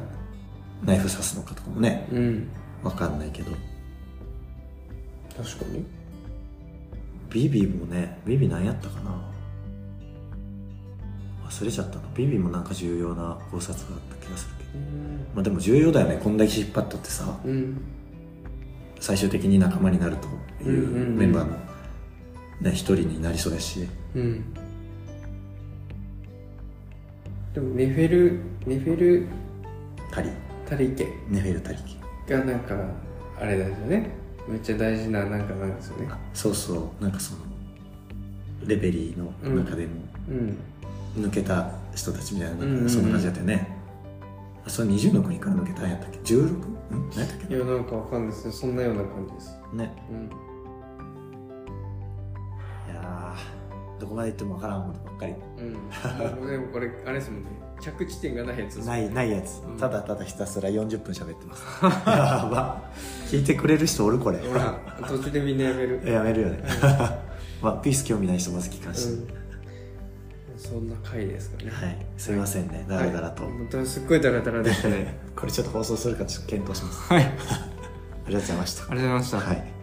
Speaker 1: ナイフ刺すのかとかもね
Speaker 2: うん
Speaker 1: わかんないけど
Speaker 2: 確かに
Speaker 1: ビビもねビビ何やったかな忘れちゃったのビビもなんか重要な考察があった気がするけど
Speaker 2: うん
Speaker 1: まあでも重要だよねこんだけ引っ張ったってさ
Speaker 2: うん
Speaker 1: 最終的に仲間になるとい
Speaker 2: んうんう
Speaker 1: うんメンバーのね一人になりそうやし
Speaker 2: うんでもネフェルネフェル
Speaker 1: タリ
Speaker 2: タリケ
Speaker 1: ネフェルタリキ
Speaker 2: がなんかあれなんですよねめっちゃ大事ななんかなんですよね
Speaker 1: あそうそうなんかそのレベリーの中でも
Speaker 2: うん
Speaker 1: 抜けた人たちみたいな、
Speaker 2: うんうんうん
Speaker 1: そんな感じだったよねあそれ20の国から抜けたんやったっけ 16? ん何やったっ
Speaker 2: いやなんかわかんないですねそんなような感じです
Speaker 1: けね
Speaker 2: うん
Speaker 1: いやーどこまで行ってもわからんことばっかり
Speaker 2: うん (laughs) でもこれあれですもんね着地点がないやつです
Speaker 1: ないないやつ、
Speaker 2: うん
Speaker 1: ただただひたすら40分喋 (laughs) ってますやば聞いてくれる人おるこれ
Speaker 2: (laughs) ほら途中でみんなやめる
Speaker 1: やめるよね (laughs) ワンピース興味ない人まず聞かして、
Speaker 2: うんそんな回ですかね
Speaker 1: はいすいませんねだらだらと、 (laughs)
Speaker 2: はい本当にすっごいダラダラでしたね
Speaker 1: これちょっと放送するかちょっと検討します
Speaker 4: はいあり
Speaker 1: (laughs) ありがとうございました
Speaker 4: がとうございました
Speaker 1: はい